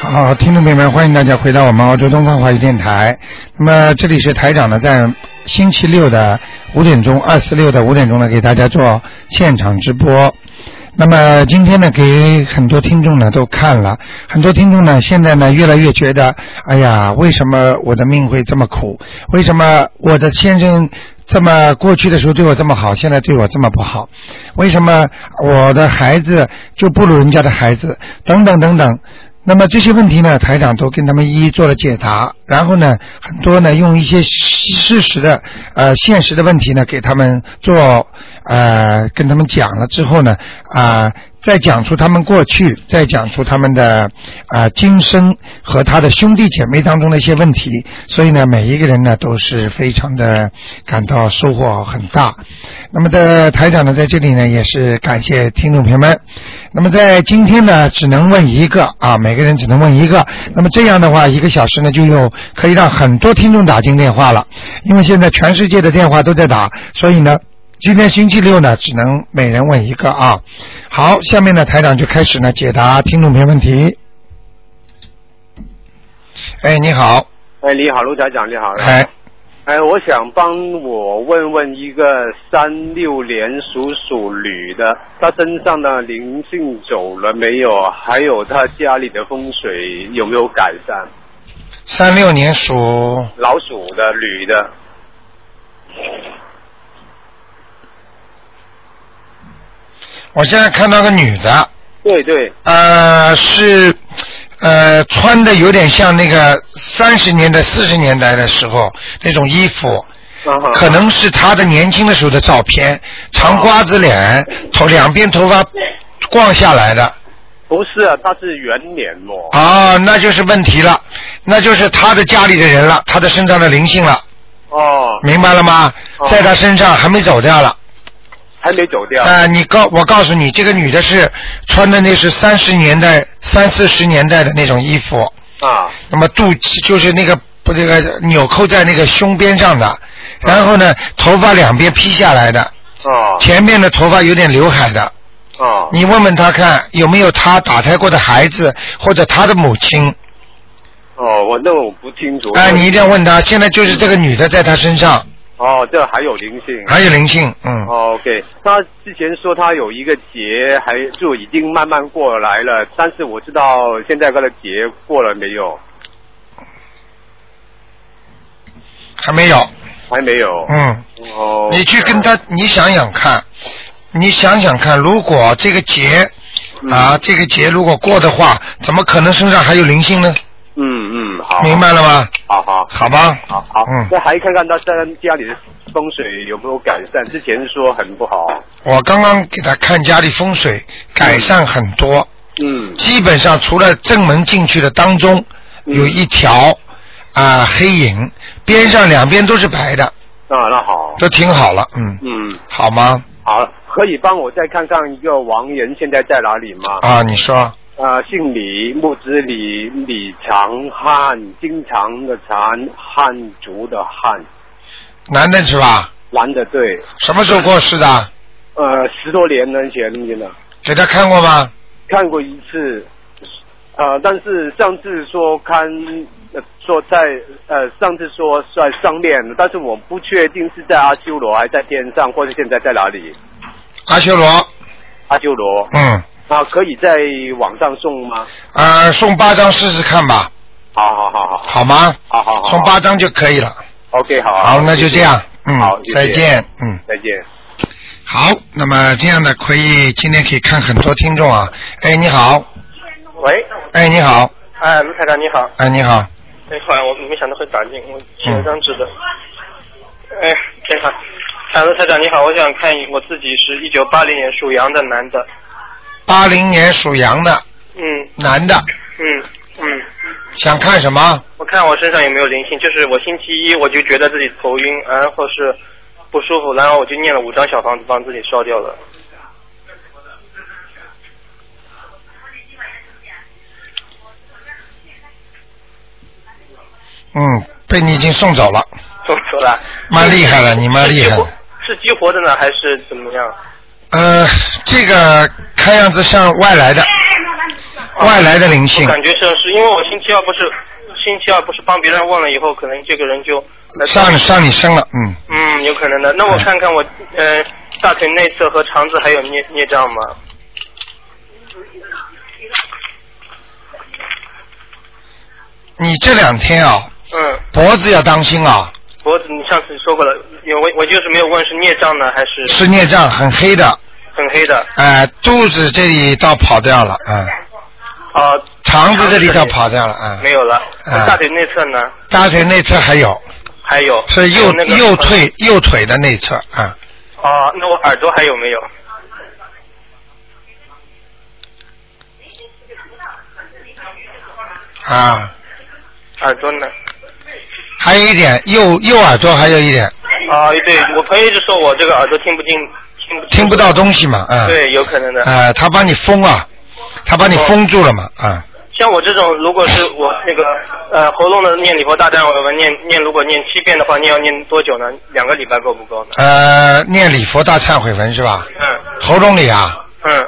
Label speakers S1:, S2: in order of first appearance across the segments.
S1: 好，听众朋友们，欢迎大家回到我们澳洲东方华语电台。那么这里是台长呢，在星期六的五点钟，二四六的五点钟呢，给大家做现场直播。那么今天呢，给很多听众呢都看了，很多听众呢现在呢越来越觉得，哎呀，为什么我的命会这么苦？为什么我的先生这么过去的时候对我这么好，现在对我这么不好？为什么我的孩子就不如人家的孩子？等等等等。那么这些问题呢，台长都跟他们一一做了解答，然后呢，很多呢用一些事实的呃现实的问题呢，给他们做呃跟他们讲了之后呢，啊、再讲出他们过去，再讲出他们的啊、今生和他的兄弟姐妹当中的一些问题，所以呢，每一个人呢都是非常的感到收获很大。那么的台长呢，在这里呢也是感谢听众朋友们。那么在今天呢，只能问一个啊，每个人只能问一个。那么这样的话，一个小时呢就有可以让很多听众打进电话了，因为现在全世界的电话都在打，所以呢。今天星期六呢，只能每人问一个啊。好，下面呢，台长就开始呢解答听众朋友问题。哎，你好，
S2: 哎，你好，陆台长，你好。
S1: 哎，
S2: 哎，我想帮我问问一个三六年属属女的，她身上的灵性走了没有？还有她家里的风水有没有改善？
S1: 三六年属
S2: 老鼠的女的，
S1: 我现在看到个女的，
S2: 对对，
S1: 呃，是呃穿的有点像那个三十年代、四十年代的时候那种衣服，
S2: 啊哈
S1: 可能是她的年轻的时候的照片，长瓜子脸，头两边头发逛下来的。
S2: 不是啊，她是元年哦。
S1: 啊，那就是问题了，那就是她的家里的人了，她的身上的灵性了，
S2: 哦，
S1: 明白了吗？
S2: 哦
S1: 在她身上还没走掉了。
S2: 还没走掉。
S1: 啊，你告我告诉你，这个女的是穿的那是三十年代、三四十年代的那种衣服，
S2: 啊，
S1: 那么肚脐就是那个不这个纽扣在那个胸边上的，
S2: 啊
S1: 然后呢，头发两边披下来的，
S2: 哦，
S1: 前面的头发有点刘海的。
S2: 哦，
S1: 你问问她看有没有她打胎过的孩子或者她的母亲？
S2: 哦，我那我不清楚。
S1: 哎、你一定要问她。现在就是这个女的在她身上
S2: 哦，这还有灵性。
S1: 还有灵性，嗯。
S2: 哦 OK，他之前说他有一个结，还就已经慢慢过来了，但是我知道现在他的结过了没有？
S1: 还没有，
S2: 还没有。
S1: 嗯，
S2: 哦，
S1: 你去跟他，你想想看，你想想看，如果这个劫啊，这个劫如果过的话，怎么可能身上还有灵性呢？
S2: 嗯嗯，好，
S1: 明，白了吗？
S2: 好好
S1: 好吧，
S2: 好好。
S1: 嗯
S2: 那还看看他在家里的风水有没有改善？之前说很不好。啊
S1: 我刚刚给他看家里风水改善很多，
S2: 嗯
S1: 基本上除了正门进去的当中
S2: 嗯
S1: 有一条啊、黑影，边上两边都是白的，
S2: 啊，那好。
S1: 都挺好了，嗯，
S2: 嗯，
S1: 好吗？
S2: 好，可以帮我再看看一个王人现在在哪里吗？
S1: 啊，你说
S2: 呃，姓李，木子李，李长汉，经常的常，汉族的汉，
S1: 男的是吧？
S2: 男的对，
S1: 什么时候过世的？
S2: 呃，十多年前了，
S1: 给他看过吗？
S2: 看过一次，呃，但是上次说看，呃说在呃上次说在上面，但是我不确定是在阿修罗还在天上，或者现在在哪里？
S1: 阿修罗，
S2: 阿修罗
S1: 嗯，
S2: 啊，可以在网上送吗？
S1: 呃，送八张试试看吧，
S2: 好好好好
S1: 好吗？
S2: 好好好，
S1: 送八张就可以了。
S2: ，OK 好，
S1: 好，那就这样，嗯
S2: 好，谢谢
S1: 再见，嗯。
S2: 再见。
S1: 好，那么这样的可以今天可以看很多听众啊。哎，你好，
S3: 喂，
S1: 哎，你好，
S3: 哎，卢台长你好，
S1: 哎，你好，
S3: 哎，后来我没想到会打进，我写
S1: 嗯
S3: 了张纸的。哎，真好，哎，卢台长你好，我想看一我自己是一九八零年属羊的男的，
S1: 八零年属羊的
S3: 嗯
S1: 男的，
S3: 嗯嗯，
S1: 想看什么？
S3: 我看我身上有没有灵性，就是我星期一我就觉得自己头晕，然后是不舒服，然后我就念了五张小房子帮自己烧掉了。
S1: 嗯，被你已经送走了，
S3: 怎么说了？
S1: 蛮厉害的，你蛮厉害
S3: 是激活
S1: 的。
S3: 是激活的呢，还是怎么样？
S1: 呃，这个看样子像外来的，外来的灵性
S3: 啊我，感觉像是，因为我星期二不是星期二不是帮别人问了以后，可能这个人就来
S1: 上上你身了，嗯，
S3: 嗯，有可能的。那我看看我呃大腿内侧和肠子还有孽孽障吗？
S1: 你这两天啊，
S3: 嗯，
S1: 脖子要当心啊，
S3: 脖子你上次说过了，有我我就是没有问是孽障呢还是
S1: 是孽障，很黑的，
S3: 很黑的
S1: 哎、肚子这里倒跑掉了，嗯，
S3: 啊？
S1: 肠子这里倒
S3: 上
S1: 跑掉了，嗯，
S3: 没有了。
S1: 嗯
S3: 那大腿内侧呢？
S1: 大腿内侧还有，
S3: 还有
S1: 是
S3: 还有
S1: 右
S3: 那个
S1: 右腿右腿的内侧，啊、
S3: 哦，那我耳朵还有没有？
S1: 啊，
S3: 耳朵呢？
S1: 还有一点右右耳朵还有一点
S3: 啊，对，我朋友一直说我这个耳朵听不进，听不
S1: 听不到东西嘛，嗯，
S3: 对，有可能的。
S1: 呃，他把你封啊，他把你封住了嘛，啊、
S3: 像我这种，如果是我那个呃喉咙的念礼佛大忏悔文念念，如果念七遍的话，念要念多久呢？两个礼拜够不够呢？
S1: 呃，念礼佛大忏悔文是吧？
S3: 嗯
S1: 喉咙里啊，
S3: 嗯，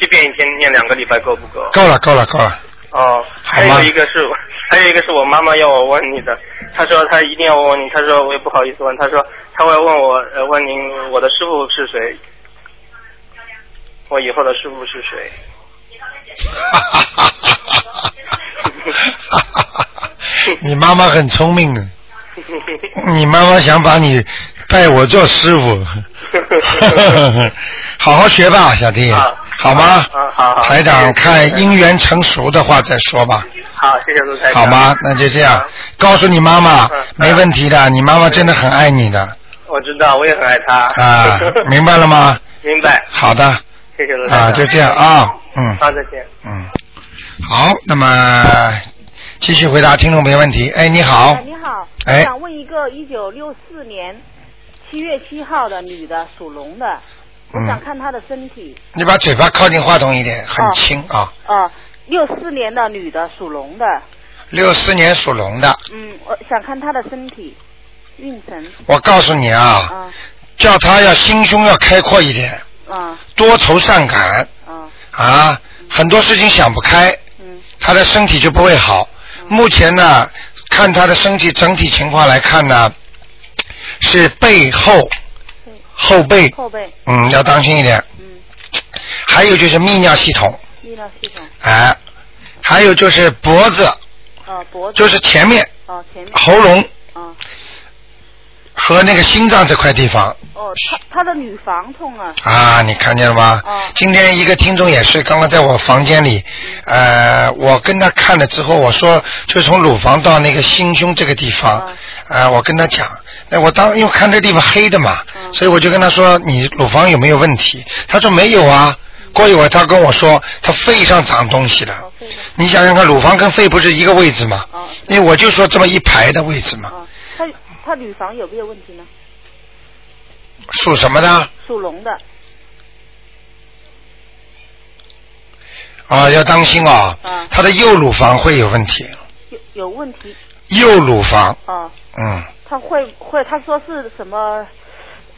S3: 七遍一天念两个礼拜够不够？
S1: 够了够了够 了，
S3: 哦，还
S1: 好吗
S3: 有一个是， 还有一个是我妈妈要我问你的，她说她一定要问你，她说我也不好意思问，她说她会问我，呃，问您我的师傅是谁，我以后的师傅 是谁？
S1: 哈哈哈哈哈哈！你妈妈很聪明的，你妈妈想把你拜我做师 傅，好好学吧，小弟，
S3: 啊
S1: 好吗
S3: 啊？好好
S1: 台
S3: 谢
S1: 长
S3: 谢
S1: 看姻缘成熟的话再说吧，
S3: 好，谢谢卢台长。
S1: 好吗？那就这样
S3: 啊，
S1: 告诉你妈妈
S3: 嗯
S1: 没问题的，你妈妈真的很爱你的
S3: 我知道，我也很爱她。
S1: 啊，明白了吗？
S3: 明白，
S1: 好的
S3: 谢谢卢台长。
S1: 啊，就这样啊，嗯。
S3: 好，再见。
S1: 嗯，好，那么继续回答听众朋友问题。哎，你好
S4: 哎，你好，
S1: 哎
S4: 我想问一个一九六四年七月七号的女的，属龙的，我想
S1: 嗯，
S4: 看她的身体。
S1: 你把嘴巴靠近话筒一点，很轻啊。
S4: 哦，六四年的女的，属龙的，
S1: 六四年属龙的，
S4: 嗯，我想看她的身体运程。
S1: 我告诉你啊，
S4: 啊
S1: 叫他要心胸要开阔一点，
S4: 啊
S1: 多愁善感
S4: 啊
S1: 啊，很多事情想不开，
S4: 嗯
S1: 他的身体就不会好。目前呢，看他的身体整体情况来看呢，是背后
S4: 对
S1: 后背，
S4: 后背
S1: 嗯，要当心一点。
S4: 嗯
S1: 还有就是泌尿系统，
S4: 泌尿系统
S1: 哎，还有就是脖子，
S4: 啊脖子
S1: 就是前面
S4: 哦前面
S1: 喉咙
S4: 啊
S1: 和那个心脏这块地方
S4: 哦她她的乳房痛啊
S1: 啊，你看见了吗？
S4: 哦
S1: 今天一个听众也是刚刚在我房间里，呃，我跟他看了之后，我说就从乳房到那个心胸这个地方，啊
S4: 哦、
S1: 我跟他讲，那我当因为看这地方黑的嘛，
S4: 嗯
S1: 所以我就跟他说你乳房有没有问题？他说没有啊。过一会儿他跟我说他肺上长东西了。
S4: 嗯哦肺上
S1: 你想想看，乳房跟肺不是一个位置吗？
S4: 哦
S1: 因为我就说这么一排的位置嘛，
S4: 啊她她乳房有没有问题呢？
S1: 属什么呢？
S4: 属龙的
S1: 啊，要当心哦
S4: 嗯，
S1: 他的右乳房会有问题，
S4: 有有问题
S1: 右乳房，
S4: 啊。
S1: 嗯，
S4: 他会会，他说是什么？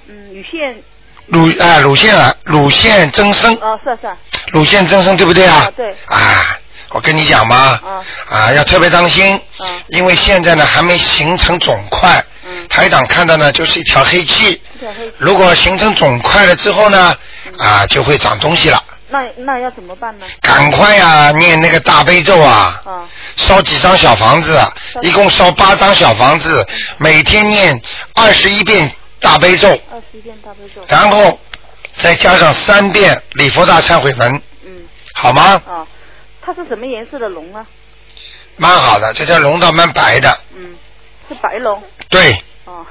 S4: 嗯，乳腺
S1: 乳啊乳腺癌，乳腺增生，
S4: 哦，是啊是啊，
S1: 乳腺增生对不对啊
S4: 啊？对
S1: 啊，我跟你讲嘛，
S4: 嗯
S1: 啊，要特别当心
S4: 嗯，
S1: 因为现在呢还没形成肿块，
S4: 嗯，
S1: 台长看到呢就是一条黑气，
S4: 这条黑，
S1: 如果形成肿块了之后呢，
S4: 嗯
S1: 啊就会长东西了。
S4: 那那要怎么办呢？
S1: 赶快呀、念那个大悲咒啊，
S4: 啊，
S1: 烧几张小房子，一共烧八张小房子，每天念二十一遍大悲咒，
S4: 二十一遍大悲咒，
S1: 然后再加上三遍礼佛大忏悔文，
S4: 嗯，
S1: 好吗？
S4: 啊，它是什么颜色的龙啊呢？
S1: 蛮好的，这条龙倒蛮白的，
S4: 嗯，是白龙，
S1: 对，
S4: 哦，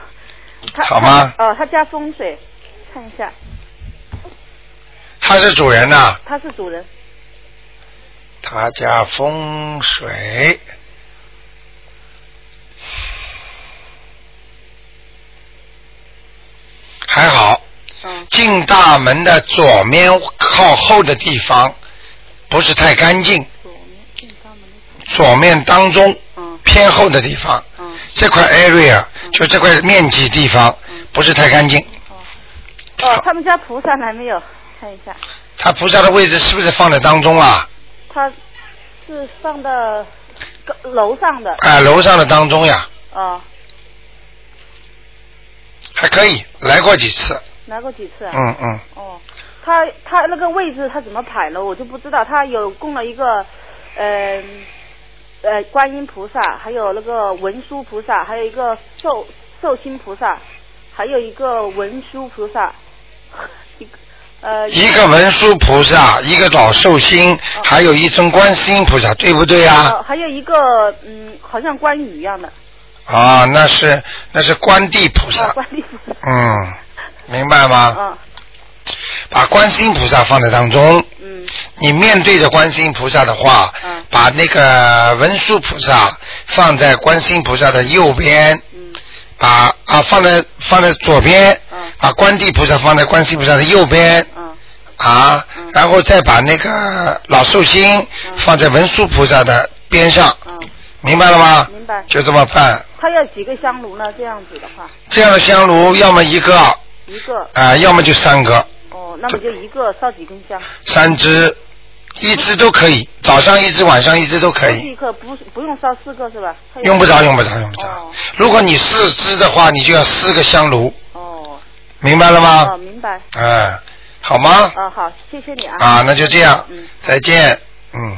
S4: 他
S1: 好吗
S4: 哦，他家风水，看一下，
S1: 它是主人呐、
S4: 他是主人，
S1: 他家风水。还好，
S4: 嗯，
S1: 进大门的左面靠后的地方不是太干净，
S4: 左面进肛门的左，
S1: 左面当中
S4: 嗯
S1: 偏后的地方，
S4: 嗯，
S1: 这块 area 就这块面积地方
S4: 嗯
S1: 不是太干净。
S4: 哦，他们家菩萨来没有？看一下，
S1: 他菩萨的位置是不是放在当中啊？
S4: 他是放到高楼上的
S1: 哎，楼上的当中呀，
S4: 哦，
S1: 还可以，来过几次。
S4: 来过几次啊？
S1: 嗯嗯，
S4: 哦，他他那个位置他怎么摆了，我就不知道。他有供了一个，呃呃，观音菩萨，还有那个文殊菩萨，还有一个寿寿星菩萨，还有一个文殊菩萨，一个呃
S1: 一个文殊菩萨，一个老寿星，还有一尊观世音菩萨，对不对啊？
S4: 呃还有一个嗯，好像关羽一样的，
S1: 啊，那是那是观地菩
S4: 啊，
S1: 萨，
S4: 关帝菩萨，
S1: 嗯，明白吗？
S4: 嗯
S1: 把观世音菩萨放在当中，
S4: 嗯
S1: 你面对着观世音菩萨的话
S4: 嗯，
S1: 把那个文殊菩萨放在观世音菩萨的右边，
S4: 嗯
S1: 把啊放在放在左边
S4: 嗯，
S1: 把观地菩萨放在观世音菩萨的右边，
S4: 嗯
S1: 啊
S4: 嗯，
S1: 然后再把那个老寿星放在文殊菩萨的边上，
S4: 嗯，
S1: 明白了吗？
S4: 明白。
S1: 就这么办。
S4: 他要几个香炉呢？这样子的话，
S1: 这样的香炉，要么一个啊、
S4: 一个
S1: 要么就三个，
S4: 哦，那么就一个烧几根香。
S1: 三只，一只都可以，早上一只，晚上一只都可
S4: 不是
S1: 以，
S4: 一个，不是不用烧四个是吧？它有
S1: 用不着，用不着，用不着
S4: 哦。
S1: 如果你四只的话，你就要四个香炉，
S4: 哦，
S1: 明白了
S4: 哦，
S1: 吗？
S4: 明白。
S1: 嗯，好吗？
S4: 啊，好，谢谢你啊。
S1: 啊，那就这样
S4: 嗯，
S1: 再见，嗯，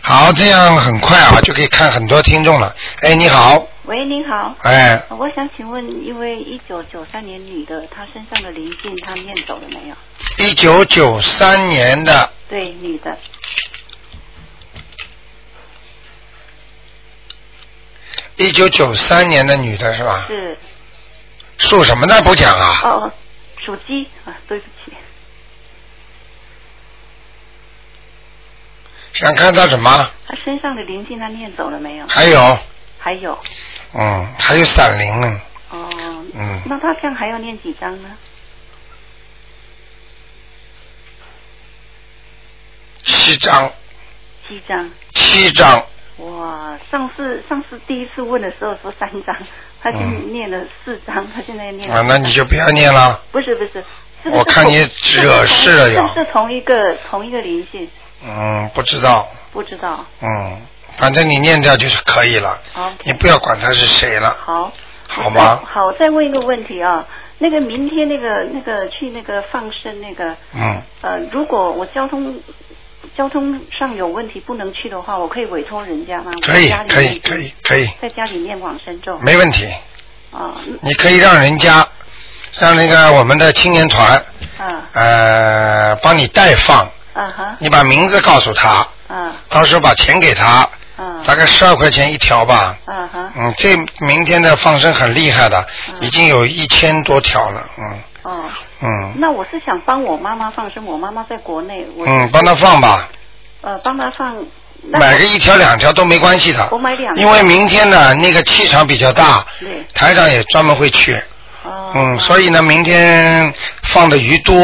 S1: 好，这样很快啊，就可以看很多听众了。哎，你好，
S5: 喂，您好，
S1: 哎，
S5: 我想请问，因为一九九三年女的，她身上的灵性她念走了没有？
S1: 一九九三年的，
S5: 对，女的，
S1: 啊一九九三年的女的是吧？
S5: 是
S1: 属什么的不讲啊？
S5: 哦，属鸡啊，对不起，
S1: 想看她什么？
S5: 她身上的灵性她念走了没有？
S1: 还有，
S5: 还有
S1: 嗯，还有闪灵呢，
S5: 哦，
S1: 嗯，
S5: 那她这样还要念几张呢？
S1: 七张，
S5: 七张。
S1: 七张，
S5: 哇，上次上次第一次问的时候说三张，她就
S1: 嗯
S5: 念了四张，她现在念了
S1: 啊，那你就不要念了。
S5: 不是不是，是不是
S1: 我看
S5: 同
S1: 你惹事了呀
S5: 是不是同一个同一个灵性，
S1: 嗯，不知道，
S5: 不知道。
S1: 嗯，反正你念掉就是可以了，
S5: 好，
S1: 你不要管他是谁了，
S5: 好，
S1: 好吗
S5: 我再？好，我再问一个问题啊，那个明天那个那个去那个放生那个
S1: 嗯，
S5: 呃，如果我交通交通上有问题不能去的话，我可以委托人家吗？
S1: 可以
S5: 我在家，里
S1: 可以，
S5: 念
S1: 可以，可以，
S5: 在家里念往生咒
S1: 没问题。
S5: 啊，嗯
S1: 你可以让人家，让那个我们的青年团，
S5: 啊
S1: 呃，帮你代放，
S5: 啊哈
S1: 你把名字告诉他，
S5: 啊
S1: 到时候把钱给他，
S5: 啊
S1: 大概十二块钱一条吧。
S5: 啊哈
S1: 嗯，这明天的放生很厉害的，
S5: 嗯
S1: 已经有一千多条了。嗯
S5: 哦，
S1: 嗯
S5: 那我是想帮我妈妈放生，我妈妈在国内，我、
S1: 嗯，帮他放吧，
S5: 呃帮她放，那
S1: 买个一条两条都没关系的
S5: 我。买两个，
S1: 因为明天呢，那个气场比较大，
S5: 对
S1: 台长也专门会去。
S5: 哦
S1: 嗯，所
S5: 以
S1: 以呢，明天放的鱼多，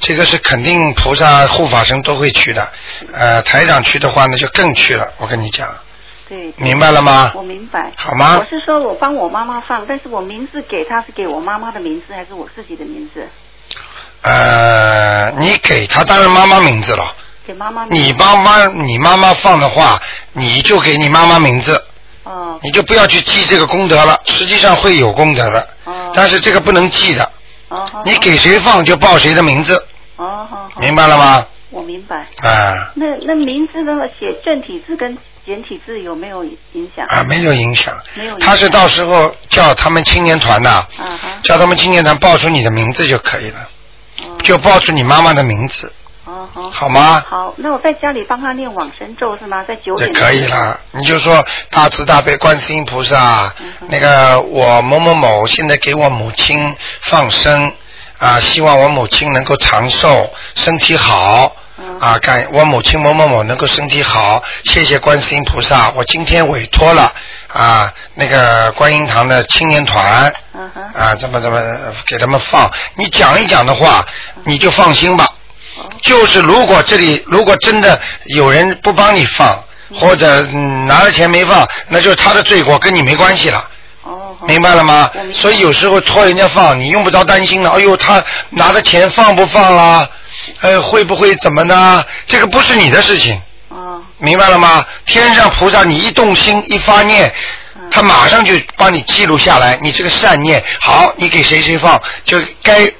S1: 这个是肯定菩萨、护法神都会去的。
S5: 嗯
S1: 呃，台长去的话呢，就更去了。我跟你讲，
S5: 对对
S1: 明白了吗？
S5: 我明白。
S1: 好吗
S5: 我是说我帮我妈妈放，但是我名字给她是给我妈妈的名字还是我自己的名字？
S1: 呃，你给他当然妈妈名字了。
S5: 给妈妈名字。
S1: 你帮妈你妈妈放的话，你就给你妈妈名字，
S5: 哦
S1: 你就不要去记这个功德了。实际上会有功德的，
S5: 哦。
S1: 但是这个不能记的。
S5: 哦好。
S1: 你给谁放就报谁的名字，
S5: 哦好好。
S1: 明白了吗？
S5: 我明白。
S1: 啊、
S5: 那那名字呢？写正体字跟简体字有没有影响？
S1: 啊，没有影响。
S5: 没有影响
S1: 他是到时候叫他们青年团呐、
S5: 啊哈。
S1: 叫他们青年团报出你的名字就可以了，
S5: 哦
S1: 就报出你妈妈的名字，
S5: 哦好。
S1: 好吗？
S5: 好，那我在家里帮她念往生咒是吗？在九
S1: 这
S5: 点。
S1: 可以。啦，你就说大慈大悲观世音菩萨
S5: 嗯，哼
S1: 那个我某某某现在给我母亲放生，
S5: 嗯
S1: 啊，希望我母亲能够长寿，身体好
S5: 嗯，
S1: 啊，感我母亲某某某能够身体好，谢谢观世音菩萨，我今天委托了啊那个观音堂的青年团，
S5: 嗯哼。
S1: 啊，怎么怎么呃给他们放？你讲一讲的话，
S5: 嗯
S1: 你就放心吧。就是如果这里如果真的有人不帮你放，或者、嗯、拿了钱没放，那就是他的罪过，跟你没关系了。
S5: 哦。好
S1: 明。白了吗
S5: 我明？白
S1: 所以有时候托人家放，你用不着担心了。哎呦，他拿的钱放不放啦？呃，会不会怎么呢？这个不是你的事情，
S5: 哦，
S1: 明白了吗？天上菩萨，你一动心一发念，
S5: 嗯
S1: 他马上就帮你记录下来，你这个善念，好，你给谁谁放，就该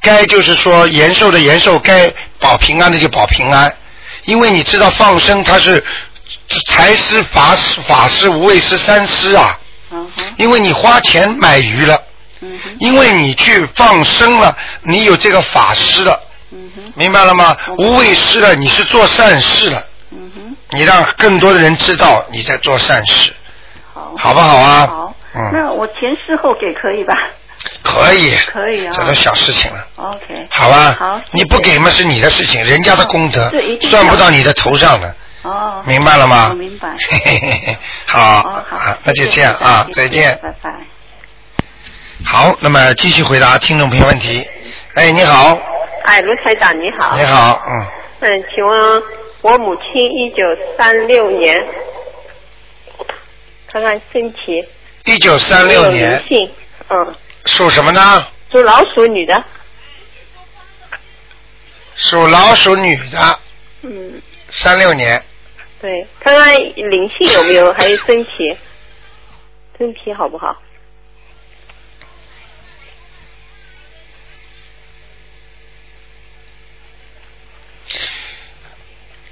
S1: 该就是说延寿的延寿，该保平安的就保平安，因为你知道放生它是财施法施法施无畏施三施啊，
S5: 嗯哼，
S1: 因为你花钱买鱼了，
S5: 嗯哼，
S1: 因为你去放生了，你有这个法师了，
S5: 嗯哼，
S1: 明白了吗？
S5: 我
S1: 无畏施了，你是做善事了，
S5: 嗯哼，
S1: 你让更多的人知道你在做善事，
S5: 好。
S1: 好不好啊？
S5: 好，
S1: 嗯，
S5: 那我前事后给可以吧
S1: 可以，
S5: 可以啊
S1: 这都小事情了，
S5: ？OK，
S1: 好吧？
S5: 好谢谢
S1: 你不给嘛是你的事情，人家的功德
S5: 哦这一定要
S1: 算不到你的头上的，
S5: 哦，
S1: 明白了吗？
S5: 我明白。
S1: 嘿嘿嘿嘿 好，
S5: 哦，
S1: 啊
S5: 好，
S1: 那就
S5: 谢谢
S1: 这样啊，
S5: 谢谢
S1: 再见。
S5: 拜拜。
S1: 好，那么继续回答听众朋友问题。哎，你好，
S6: 哎，卢台长你好。
S1: 你好，嗯。
S6: 嗯，请问我母亲一九三六年，看看身体
S1: 一九三
S6: 有没
S1: 六
S6: 有
S1: 年
S6: 灵性，嗯，
S1: 属什么呢？
S6: 属老鼠女的，
S1: 属老鼠女的，
S6: 嗯，
S1: 三六年。
S6: 对，看看灵性有没有，还有身体，身体好不好？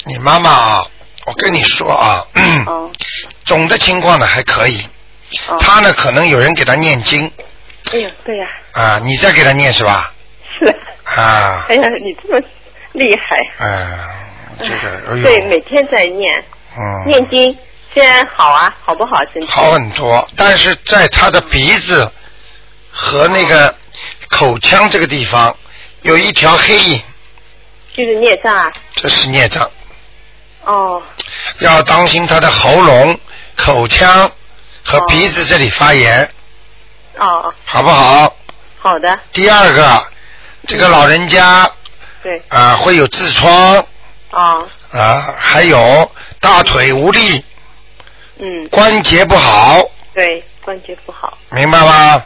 S1: 你妈妈啊，我跟你说啊，
S6: 哦，
S1: 总的情况呢还可以。
S6: 哦，
S1: 她呢可能有人给她念经
S6: 哎呀，对呀、
S1: 啊，你再给她念是吧？
S6: 是的，
S1: 啊，
S6: 哎呀，你这么厉害，
S1: 嗯，这个哎呦，
S6: 对，每天在念
S1: 嗯，
S6: 念经，现在好啊，好不好？身体
S1: 好很多，但是在她的鼻子和那个口腔这个地方有一条黑影，
S6: 就是孽障啊，
S1: 这是孽障。
S6: 哦，
S1: 要当心他的喉咙、口腔和鼻子这里发炎，
S6: 哦，
S1: 好不好？
S6: 好的，
S1: 第二个，这个老人家啊、
S6: 嗯对，
S1: 会有痔疮啊、
S6: 哦，
S1: 还有大腿无力、
S6: 嗯，
S1: 关节不好，
S6: 对，关节不好，
S1: 明白吗？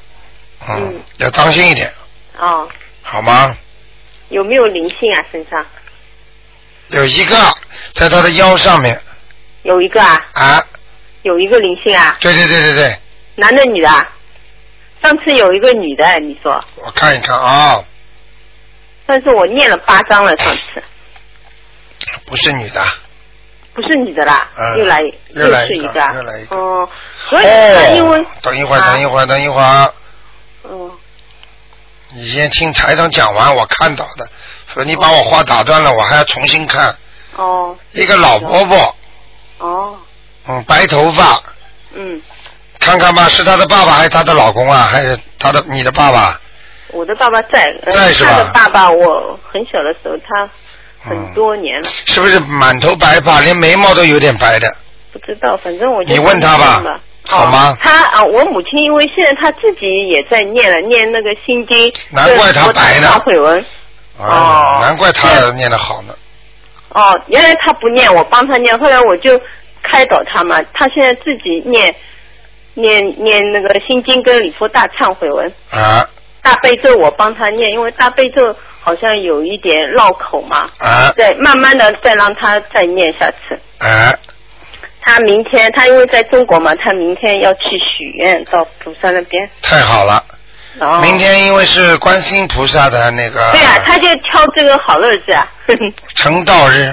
S1: 嗯，
S6: 嗯
S1: 要当心一点，
S6: 哦，
S1: 好吗？
S6: 有没有灵性啊？身上
S1: 有一个在他的腰上面
S6: 有一个啊，
S1: 啊，
S6: 有一个灵性啊，
S1: 对对对对对，
S6: 男的女的？啊？上次有一个女的，你说
S1: 我看一看啊、
S6: 上次我念了八章了，上次
S1: 不是女的，
S6: 不是女的啦，
S1: 嗯
S6: 又来
S1: 又来
S6: 是
S1: 一
S6: 一
S1: 个
S6: 啊
S1: 又来一个
S6: 哦，所以他因为啊
S1: 哦，等一会儿，等一
S6: 会
S1: 会儿，等一会儿。
S6: 嗯，
S1: 你先听台长讲完，我看到的，说你把我话打断了，我还要重新看。
S6: 哦
S1: 一个老伯伯，
S6: 哦，
S1: 嗯，白头发，
S6: 嗯，
S1: 看看吧，是她的爸爸还是她的老公啊？还是她的你的爸爸？
S6: 我的爸爸在，呃
S1: 在是吧
S6: 他的爸爸我很小的时候，他很多年了，
S1: 是不是满头白发，连眉毛都有点白的？
S6: 不知道，反正我就
S1: 你问他吧
S6: 吧，
S1: 好吗
S6: 哦他啊，我母亲因为现在她自己也在念了，念那个心经，
S1: 难怪她白呢
S6: 就是说她忏悔文。
S1: 啊，
S6: 哦
S1: 难怪她念得好呢。
S6: 哦，原来她不念，我帮她念，后来我就开导她嘛，她现在自己念，念念那个心经跟礼佛大忏悔文，
S1: 啊
S6: 大悲咒我帮她念，因为大悲咒好像有一点绕口嘛，
S1: 啊
S6: 对，慢慢的再让她再念下次。
S1: 啊！
S6: 她明天，她因为在中国嘛，她明天要去许愿到菩萨那边，
S1: 太好了，
S6: 然后
S1: 明天因为是观世音菩萨的那个
S6: 对啊，他就挑这个好日子啊。
S1: 成道日，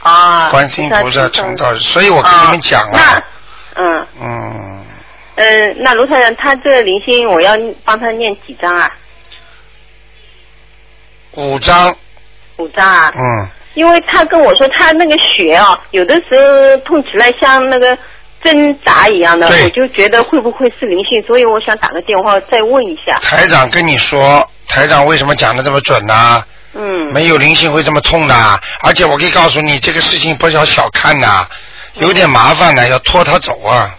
S6: 啊
S1: 观世音菩萨成道日，所以我跟你们讲
S6: 那
S1: 啊，
S6: 嗯
S1: 嗯。
S6: 嗯，那卢太长，他这个灵性我要帮他念几张啊？
S1: 五张，
S6: 五张啊？
S1: 嗯，
S6: 因为他跟我说他那个血啊，有的时候痛起来像那个针扎一样的，
S1: 对
S6: 我就觉得会不会是灵性，所以我想打个电话再问一下。
S1: 台长跟你说，台长为什么讲的这么准呢、
S6: 嗯，
S1: 没有灵性会这么痛的，而且我可以告诉你，这个事情不要小看呐、有点麻烦的，要拖他走啊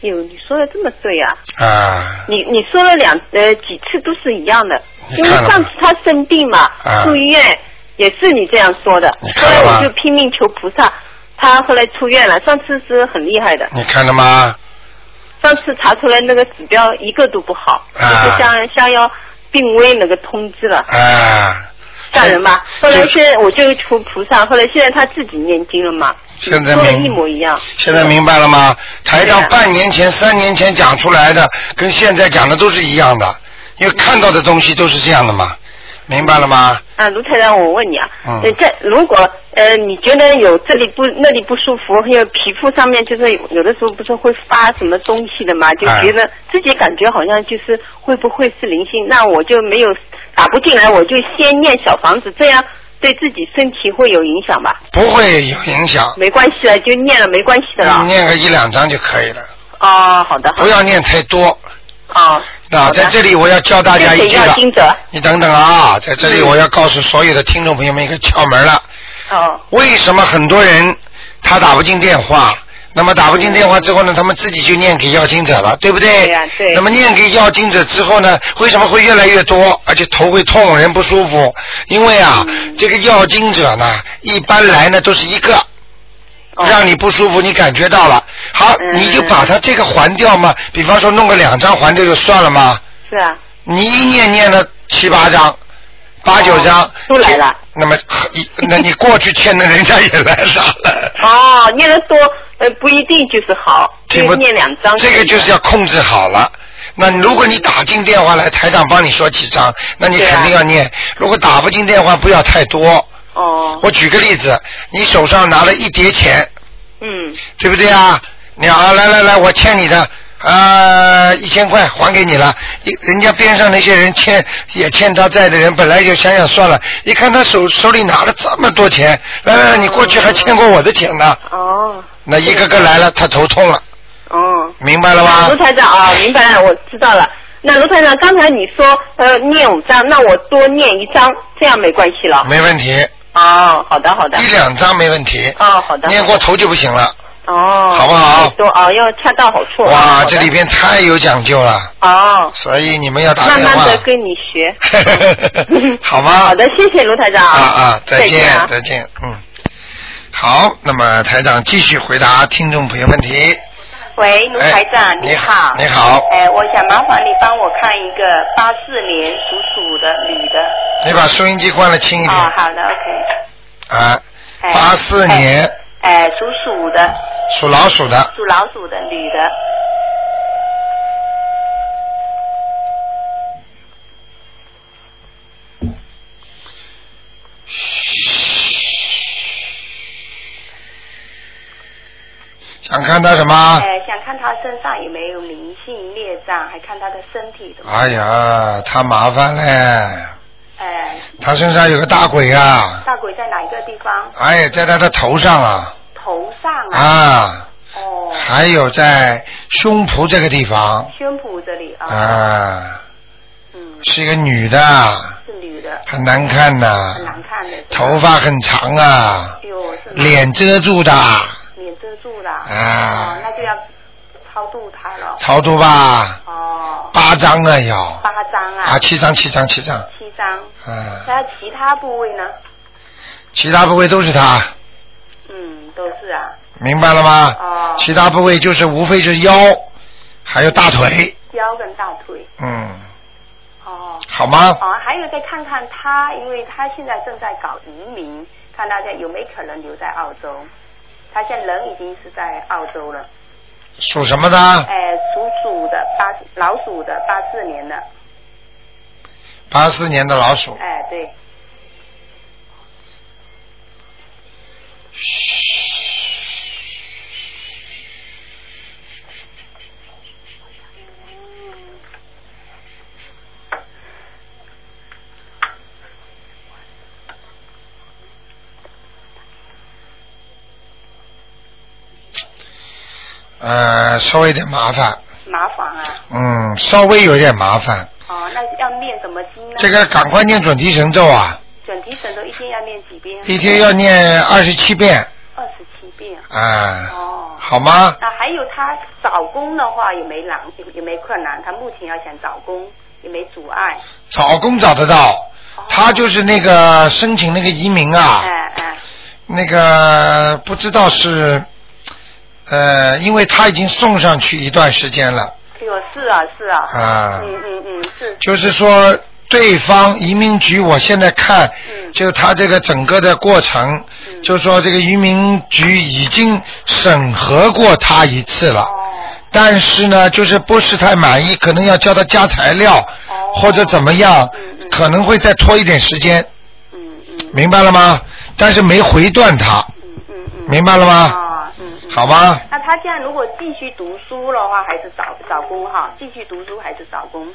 S6: 哟，你说的这么对啊！
S1: 啊！
S6: 你你说了两呃几次都是一样的，
S1: 你
S6: 因为
S1: 看了吗
S6: 上次他生病嘛，
S1: 啊
S6: 住医院也是你这样说的
S1: 你，
S6: 后
S1: 看
S6: 来
S1: 了吗
S6: 我就拼命求菩萨，他后来出院了。上次是很厉害的，
S1: 你看了吗？
S6: 上次查出来那个指标一个都不好，
S1: 啊
S6: 我就像像要病危那个通知了。
S1: 啊，
S6: 吓人吧？后
S1: 嗯
S6: 来现在我就求菩萨，后来现在他自己念经了嘛，
S1: 现在
S6: 说的
S1: 明
S6: 一模一样。
S1: 现在明白了吗？台
S6: 对
S1: 长
S6: 呀
S1: 半年前、三年前讲出来的，跟现在讲的都是一样的，因为看到的东西都是这样的嘛，明白了吗？
S6: 啊，卢台长，我问你啊，
S1: 嗯
S6: 呃，在如果呃你觉得有这里不那里不舒服，还有皮肤上面就是有有的时候不是会发什么东西的嘛，就
S1: 哎
S6: 觉得自己感觉好像就是会不会是灵性，那我就没有打不进来，我就先念小房子，这样对自己身体会有影响吧？
S1: 不会有影响，
S6: 没关系的，就念了没关系的了。
S1: 嗯念个一两张就可以了，
S6: 哦，好的，好
S1: 不
S6: 的，
S1: 要念太多。
S6: 哦，
S1: 那
S6: 好的
S1: 啊在这里我要教大家一句
S6: 谢谢要
S1: 了，
S6: 经者，嗯
S1: 你等等啊，在这里我要告诉所有的听众朋友们一个窍门了。
S6: 哦，
S1: 为什么很多人他打不进电话？那么打不进电话之后呢，他们自己就念给要经者了，对不对？
S6: 对呀对
S1: 那么念给要经者之后呢，为什么会越来越多，而且头会痛，人不舒服？因为啊，
S6: 嗯
S1: 这个要经者呢，一般来呢都是一个。
S6: 哦
S1: 让你不舒服，你感觉到了，好，
S6: 嗯
S1: 你就把它这个还掉嘛。比方说弄个两张还掉就算了嘛。
S6: 是啊，
S1: 你一念念了七八张，八九张、
S6: 哦都来了。
S1: 那么，一那你过去欠的人家也来了。
S6: 哦，念得多，呃，不一定就是好，
S1: 听不
S6: 就念两张。嗯
S1: 这个就是要控制好了。那如果你打进电话来，台长帮你说几张，那你
S6: 对啊
S1: 肯定要念。如果打不进电话，不要太多。
S6: 哦，
S1: 我举个例子，你手上拿了一叠钱，
S6: 嗯，
S1: 对不对啊？你啊，来来来，我欠你的啊一千块还给你了。一人家边上那些人欠也欠他债的人，本来就想想算了，一看他手手里拿了这么多钱，来来来，你过去还欠过我的钱呢。
S6: 哦，
S1: 那一个个来了，他头痛了，
S6: 哦。
S1: 明白了吗
S6: 卢？台长啊，明白了，我知道了。那卢台长，刚才你说呃念五张，那我多念一张，这样没关系了。
S1: 没问题，
S6: 哦，好的好的
S1: 一。两张没问题。
S6: 哦，好的。
S1: 念过头就不行了，
S6: 哦，
S1: 好不好
S6: 多哦，要恰到好处。
S1: 哇，
S6: 好的
S1: 啊这里边太有讲究了，
S6: 哦，
S1: 所以你们要打
S6: 慢
S1: 电
S6: 慢
S1: 话。
S6: 的，跟你学
S1: 好吗
S6: 好的，谢谢卢台长
S1: 啊啊，再
S6: 再见啊
S1: 见再见，嗯，好，那么台长继续回答听众朋友问题。
S7: 喂，卢台长，
S1: 哎你
S7: 好。
S1: 你好
S7: 哎，我想麻烦你帮我看一个八四年属鼠的女的。
S1: 你把收音机关了轻一
S7: 哦，
S1: 点
S7: 好的，OK。
S1: 啊，
S7: 哎
S1: 八四年
S7: 哎，属鼠的，
S1: 属老鼠的，
S7: 属老鼠的女的。
S1: 想看他什么？
S7: 哎，想看她身上有没有灵性孽障，还看她的身体怎么。
S1: 哎呀，他麻烦嘞，
S7: 哎，
S1: 他身上有个大鬼啊，
S7: 大鬼在哪一个地方？
S1: 哎，在他的头上啊
S7: 头上啊。
S1: 啊。
S7: 哦，
S1: 还有在胸脯这个地方
S7: 胸脯这里啊。
S1: 啊，
S7: 嗯，
S1: 是一个女的，
S7: 是女
S4: 啊
S7: 的，
S1: 很难看
S7: 很难
S1: 呐、
S7: 看的。
S1: 头。发很长啊，
S4: 哎
S7: 哟，是吗
S1: 脸遮住的，
S7: 脸遮住了。
S1: 啊
S7: 哦，那就要超度他了。
S1: 超度吧，
S7: 哦，
S1: 八张啊要，
S7: 八张啊，
S1: 啊七张七张七张，
S7: 七张。
S1: 啊，
S7: 那其他部位呢？
S1: 其他部位都是他，
S7: 嗯，都是啊，
S1: 明白了吗？
S7: 哦，
S1: 其他部位就是无非是腰，还有大腿，
S7: 腰跟大腿。
S1: 嗯，
S7: 哦，
S1: 好吗？
S7: 哦，还有再看看他，因为他现在正在搞移民，看大家有没有可能留在澳洲。他现在人已经是在澳洲了，
S1: 属什么的？
S7: 哎，属鼠的八老鼠的八四年的，
S1: 八四年的老鼠，
S7: 哎，对，
S1: 呃，稍微有点麻烦，
S7: 麻烦啊。
S1: 嗯，稍微有点麻烦。
S7: 哦，那要念什么经呢？
S1: 这个赶快念准提神咒啊，
S7: 准提神咒一天要念几遍？
S1: 一天要念二十七遍
S7: 二十七遍。
S1: 啊，
S7: 哦。
S1: 好吗？
S7: 那还有他找工的话也没难，也也没困难。他目前要想找工也没阻碍。
S1: 找工找得到
S7: 哦，
S1: 他就是那个申请那个移民啊，
S7: 哎哎
S1: 那个不知道是，呃，因为他已经送上去一段时间了
S7: 哎呦，是啊是啊。
S1: 啊，
S7: 嗯嗯嗯，是
S1: 就是说对方移民局，我现在看，就他这个整个的过程，就说这个移民局已经审核过他一次了，但是呢，就是不是太满意，可能要叫他加材料或者怎么样，可能会再拖一点时间，明白了吗？但是没回断他，明白了吗？
S7: 啊，嗯嗯。
S1: 好吧，
S7: 那他这样如果继续读书的话，还是找找工哈？继续读书还是找工？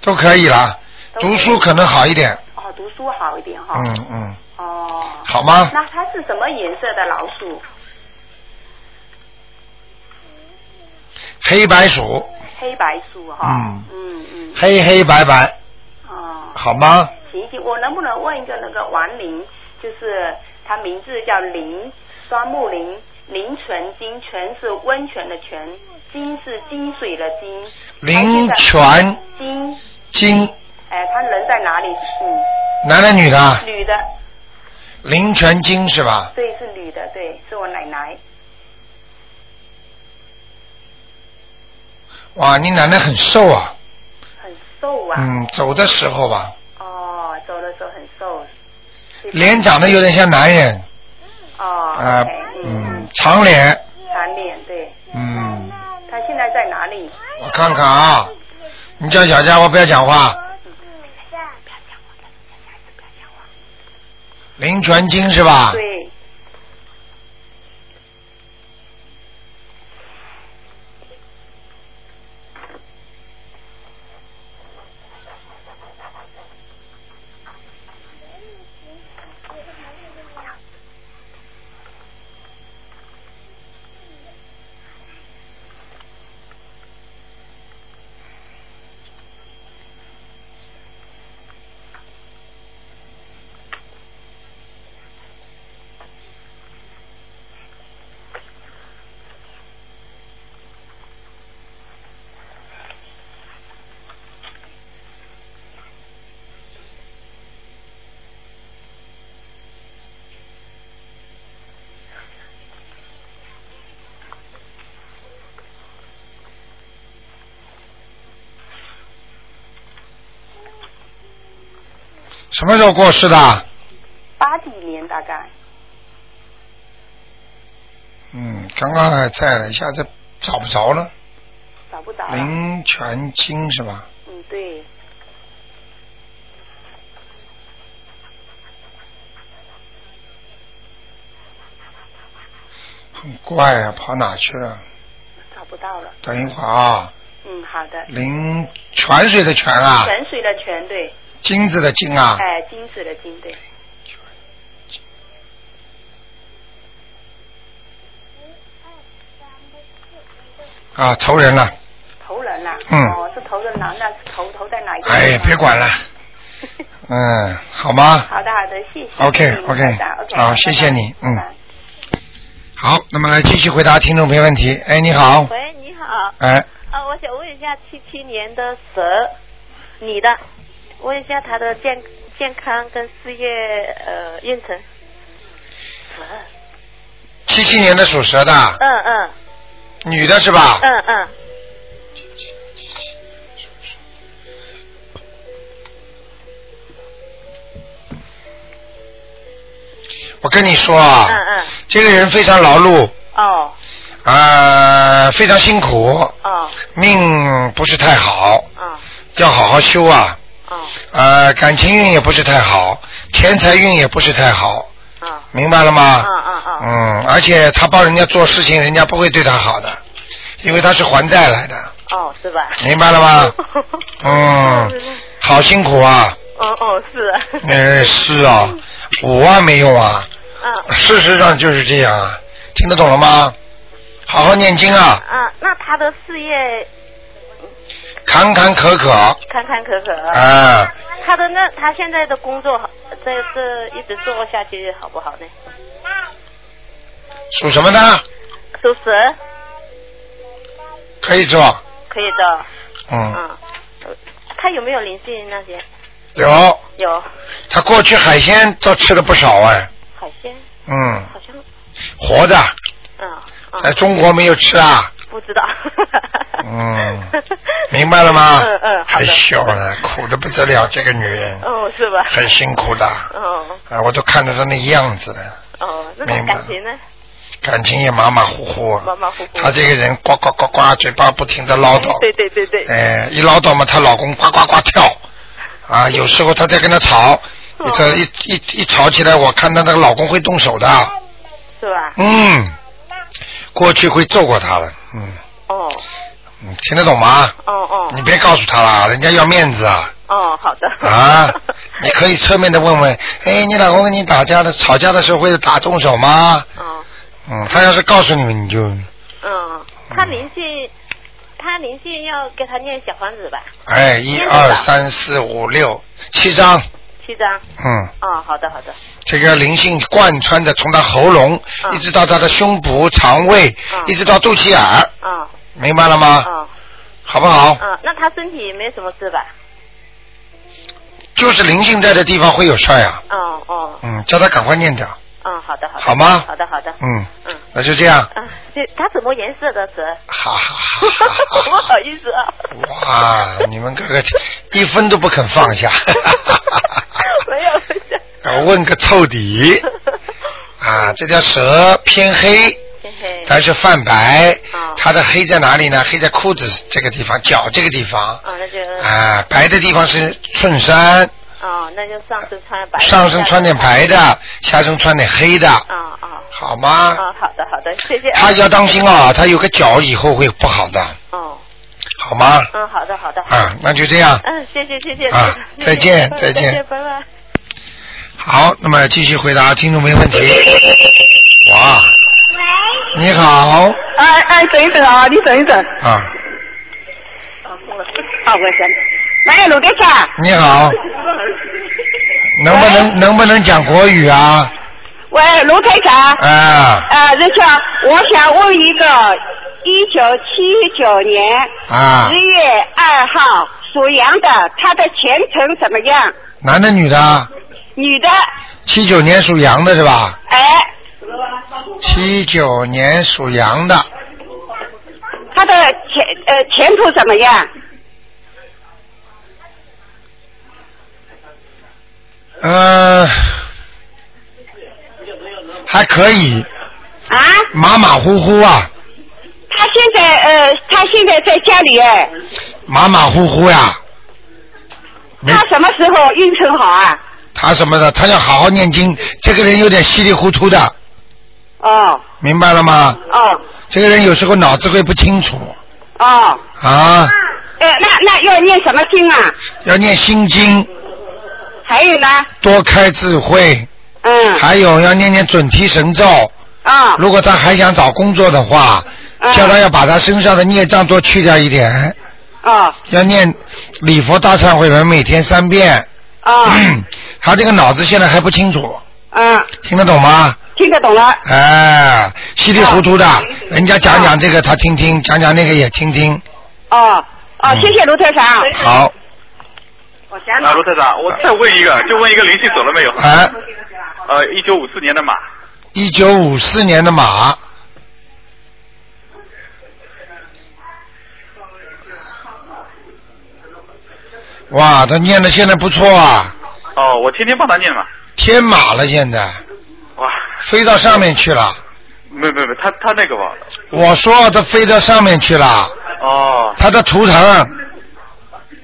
S1: 都可以啦，读书可能好一点，
S7: 哦，读书好一点哈。
S1: 嗯嗯，
S7: 哦。
S1: 好吗？
S7: 那它是什么颜色的老鼠？
S1: 黑白鼠，
S7: 黑白鼠哈。
S1: 嗯
S7: 嗯嗯。
S1: 黑黑白白，
S7: 哦，
S1: 好吗？
S7: 行行，我能不能问一个那个王林，就是他名字叫林，双木林，林纯金，泉是温泉的泉，金是金水的金。
S1: 林泉
S7: 金，
S1: 金，
S7: 哎，他人在哪里？嗯，
S1: 男的女的啊？
S7: 女的，
S1: 林泉金是吧？
S7: 对，是女的，对，是我奶奶。
S1: 哇，你奶奶很瘦啊，
S7: 很瘦啊，
S1: 嗯，走的时候吧，
S7: 哦，走的时候很瘦，
S1: 脸长得有点像男人
S7: 哦，
S1: 啊、
S7: 嗯 OK，嗯，
S1: 嗯，长脸，
S7: 长脸，对，
S1: 嗯，
S7: 他现在在哪里？
S1: 我看看啊，你叫小家伙不要讲话，林泉金是吧？
S7: 对，
S1: 什么时候过世的？
S7: 八几年大概，
S1: 嗯，刚刚还在了，一下子找不着了。
S7: 找不着了。
S1: 林泉金是吧？
S7: 嗯，对，
S1: 很怪啊，跑哪去了？
S7: 找不到了。
S1: 等一会儿啊，
S7: 嗯，好的。
S1: 林泉水的泉啊，
S7: 泉水的泉，对，
S1: 金子的金啊，
S7: 哎，金子的金，对，
S8: 哎
S1: 啊，投人了。
S7: 头人呐、
S1: 嗯
S7: 哦，是头人男的，是头头在哪一个？
S1: 哎，别管 了。，嗯，好吗？
S7: 好的，好的，谢谢。
S1: OK，OK，
S7: 谢谢你台长，OK，
S1: 好谢谢你嗯好，那么继续回答听众朋友问题。哎，你好，
S8: 喂，你好，
S1: 哎，
S8: 呃，我想问一下七七年的蛇，女的，问一下她的健健康跟事业呃运程。
S1: 七七年的属蛇的，啊
S8: 嗯嗯
S1: 女的是吧？
S8: 嗯嗯，
S1: 我跟你说啊，
S8: 嗯嗯，
S1: 这个人非常劳碌，
S8: 哦
S1: 啊，非常辛苦，
S8: 哦
S1: 命不是太好，
S8: 哦
S1: 要好好修啊。
S8: 哦
S1: 呃，感情运也不是太好，钱财运也不是太好，
S8: 哦
S1: 明白了吗？
S8: 哦哦哦，
S1: 嗯，而且他帮人家做事情，人家不会对他好的，因为他是还债来的，
S8: 哦是吧？
S1: 明白了 吗？嗯，好辛苦啊，
S8: 哦哦是啊，
S1: 呃，是啊，五万没用啊，
S8: 嗯
S1: 事实上就是这样啊，听得懂了吗？好好念经啊，
S8: 啊，那她的事业
S1: 坎坎坷坷
S8: 坎坎坷坷，
S1: 啊，
S8: 她的那她现在的工作这这一直做下去好不好呢？
S1: 属什么呢？
S8: 属蛇
S1: 可以做，
S8: 可以的。
S1: 嗯，
S8: 嗯，他有没有灵性那些？
S1: 有，
S8: 有啊
S1: 他过去海鲜都吃了不少哎，
S8: 海鲜，
S1: 嗯，
S8: 好像
S1: 活的，
S8: 嗯
S1: 在中国没有吃啊？
S8: 不知道。
S1: 嗯，明白了吗？
S8: 嗯嗯好
S1: 还
S8: 的
S1: 小呢，苦的不得了，这个女人
S8: 哦，是吧？
S1: 很辛苦的，啊，
S8: 哦
S1: 我都看着她那样子了，
S8: 哦，那
S1: 明
S8: 种
S1: 白
S8: 感情呢？
S1: 感情也马马虎虎，
S8: 马马虎虎。
S1: 她这个人呱呱呱呱，嘴巴不停的唠叨，
S8: 对对对对。
S1: 哎，一唠叨嘛，她老公呱呱呱跳，啊，有时候她在跟她吵，
S8: 哦
S1: 这一一一吵起来，我看她那个老公会动手的，
S8: 是吧？
S1: 嗯，过去会揍过她的，嗯，
S8: 哦
S1: 你听得懂吗？
S8: 哦哦
S1: 你别告诉她啦，人家要面子啊。
S8: 哦，好的。
S1: 啊，你可以侧面的问 问，哎，你老公跟你打架的吵架的时候会打动手吗？
S8: 哦
S1: 嗯，他要是告诉你们，你就
S8: 嗯，他灵性，他灵性要给他念小房子吧，
S1: 哎，一
S8: 嗯
S1: 二三四五六七张，
S8: 七张。
S1: 嗯，
S8: 哦，好的好的。
S1: 这个灵性贯穿着从他喉咙、
S8: 嗯
S1: 一直到他的胸部、肠胃，
S8: 嗯
S1: 一直到肚脐眼儿，
S8: 哦
S1: 明白了吗？
S8: 哦
S1: 好不好？
S8: 嗯，那他身体没什么事吧？
S1: 就是灵性在的地方会有事儿呀、
S8: 哦哦
S1: 嗯，叫他赶快念掉，
S8: 嗯，好的好的。
S1: 好吗
S8: 好的好的。
S1: 嗯，
S8: 嗯
S1: 那就这样，
S8: 嗯，这他什么颜色的 蛇？
S1: 哈哈哈哈
S8: 不
S1: 哈。
S8: 好意思啊。
S1: 哇，你们哥哥一分都不肯放下，
S8: 没有没有。
S1: 要问个透 底啊！这条蛇偏黑，
S8: 嘿嘿。
S1: 但是泛白
S8: 哦，
S1: 它的黑在哪里呢？黑在裤子这个地方，脚这个地方
S8: 哦，那就
S1: 啊，白的地方是衬衫，
S8: 哦，那就上身穿白的。
S1: 上身穿点
S8: 下
S1: 白的，下身穿点黑的
S8: 身。，啊啊
S1: 好吗？
S8: 啊，好的好的，谢谢。
S1: 他要当心啊，他有个脚以后会不好的，
S8: 哦，
S1: 好吗？
S8: 嗯，好的好的。
S1: 啊，那就这样。
S8: 嗯，谢谢谢谢。
S1: 啊
S8: 谢谢
S1: 再见
S8: 嗯
S1: 再见
S8: 见，拜拜。
S1: 好，那么继续回答听众没问题。哇，你好
S9: 哎哎，等一等啊，你等一等。
S1: 啊，
S9: 啊，我先。喂，卢队长。
S1: 你好，能不能能不能讲国语啊？
S9: 喂，卢队长。
S1: 啊
S9: 呃，那个，我想问一个，一九七九年
S1: 啊
S9: 十，月二号属羊的，他的前程怎么样？
S1: 男的女的？
S9: 女的，
S1: 七九年属羊的是吧？
S9: 哎，
S1: 七九年属羊的，
S9: 他的前呃前途怎么样？
S1: 呃，还可以，
S9: 啊，
S1: 马马虎虎啊，
S9: 他现在呃，他现在在家里哎，
S1: 马马虎虎呀、没
S9: 他什么时候运程好啊？
S1: 他什么的，他要好好念经。这个人有点稀里糊涂的，
S9: 哦
S1: 明白了吗？
S9: 哦
S1: 这个人有时候脑子会不清楚
S9: 哦，
S1: 啊，
S9: 呃，那那要念什么经啊？
S1: 要念心经，
S9: 还有呢？
S1: 多开智慧，
S9: 嗯，
S1: 还有要念念准提神咒。
S9: 啊、
S1: 如果他还想找工作的话，
S9: 嗯
S1: 叫他要把他身上的孽障多去掉一点，
S9: 哦
S1: 要念礼佛大忏悔文每天三遍。
S9: 哦，
S1: 他这个脑子现在还不清楚，
S9: 嗯，
S1: 听得懂吗？
S9: 听得懂了，哦
S1: 哎，稀里糊涂的，人家讲讲这个他听听，讲讲那个也听听。
S9: 哦哦，
S1: 嗯
S9: 谢谢卢台长。
S1: 好，
S9: 我想
S10: 啊，卢台长，我再问一个，就问一个灵性走了没有？
S1: 哎，
S10: 呃，一九五四年的马，
S1: 一九五四年的马，哇，他念的现在不错啊，
S10: 哦，我天天帮他念嘛。
S1: 天马了现在，
S10: 哇，
S1: 飞到上面去了。
S10: 没没没，他他那个吧，
S1: 我说他飞到上面去了，
S10: 哦
S1: 他的图腾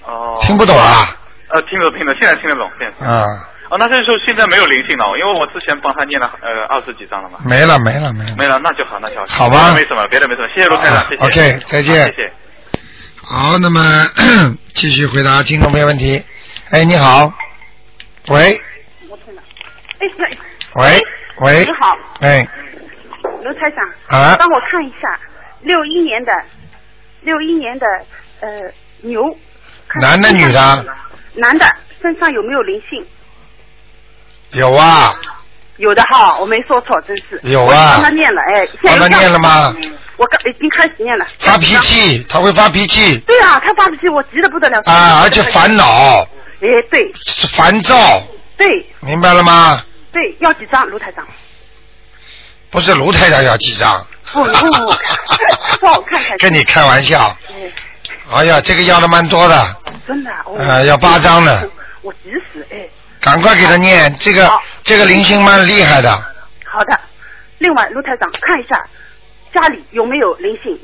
S10: 哦，
S1: 听不懂啊？
S10: 呃，听得懂听得懂，现在听得懂，现在。
S1: 啊、
S10: 哦，那这时候现在没有灵性了，因为我之前帮他念了呃二十几张了嘛。
S1: 没了没了没了。
S10: 没了，那就好，那就好。
S1: 嗯好吧
S10: 没什么，别的没什么，谢谢卢台
S1: 啊
S10: 长，谢谢。
S1: OK，再见
S10: 好谢谢。
S1: 好，那么 继续回答听众朋友问题。哎，你好，喂，
S9: 哎，
S1: 喂，喂，
S9: 你好，
S1: 哎，
S9: 卢台长，
S1: 啊，
S9: 帮我看一下，六一年的，六一年的呃牛，看
S1: 男的
S9: 身上
S1: 女的？
S9: 男的身上有没有灵性？
S1: 有啊，
S9: 有的哈，我没说错，真是。
S1: 有啊
S9: 我帮他念了，哎，现
S1: 帮
S9: 在
S1: 他念了吗？
S9: 我刚已经开始念了。
S1: 发脾。气，他会发脾气
S9: 对啊，他发脾气，我急得不得了。
S1: 啊，而且烦。恼、
S9: 嗯哎，对
S1: 烦躁，
S9: 对
S1: 明白了吗？
S9: 对，要几张，卢台长？
S1: 不是卢台长要几张，
S9: 哦，你问问我看，让我看看。
S1: 跟你开玩笑
S9: 嗯。
S1: 哎呀，这个要的蛮多的，
S9: 真的啊。我
S1: 呃要八张的。
S9: 我急死哎。
S1: 赶快给他念。这个这个灵性蛮厉害的，
S9: 好的，另外卢台长看一下家里有没有灵性。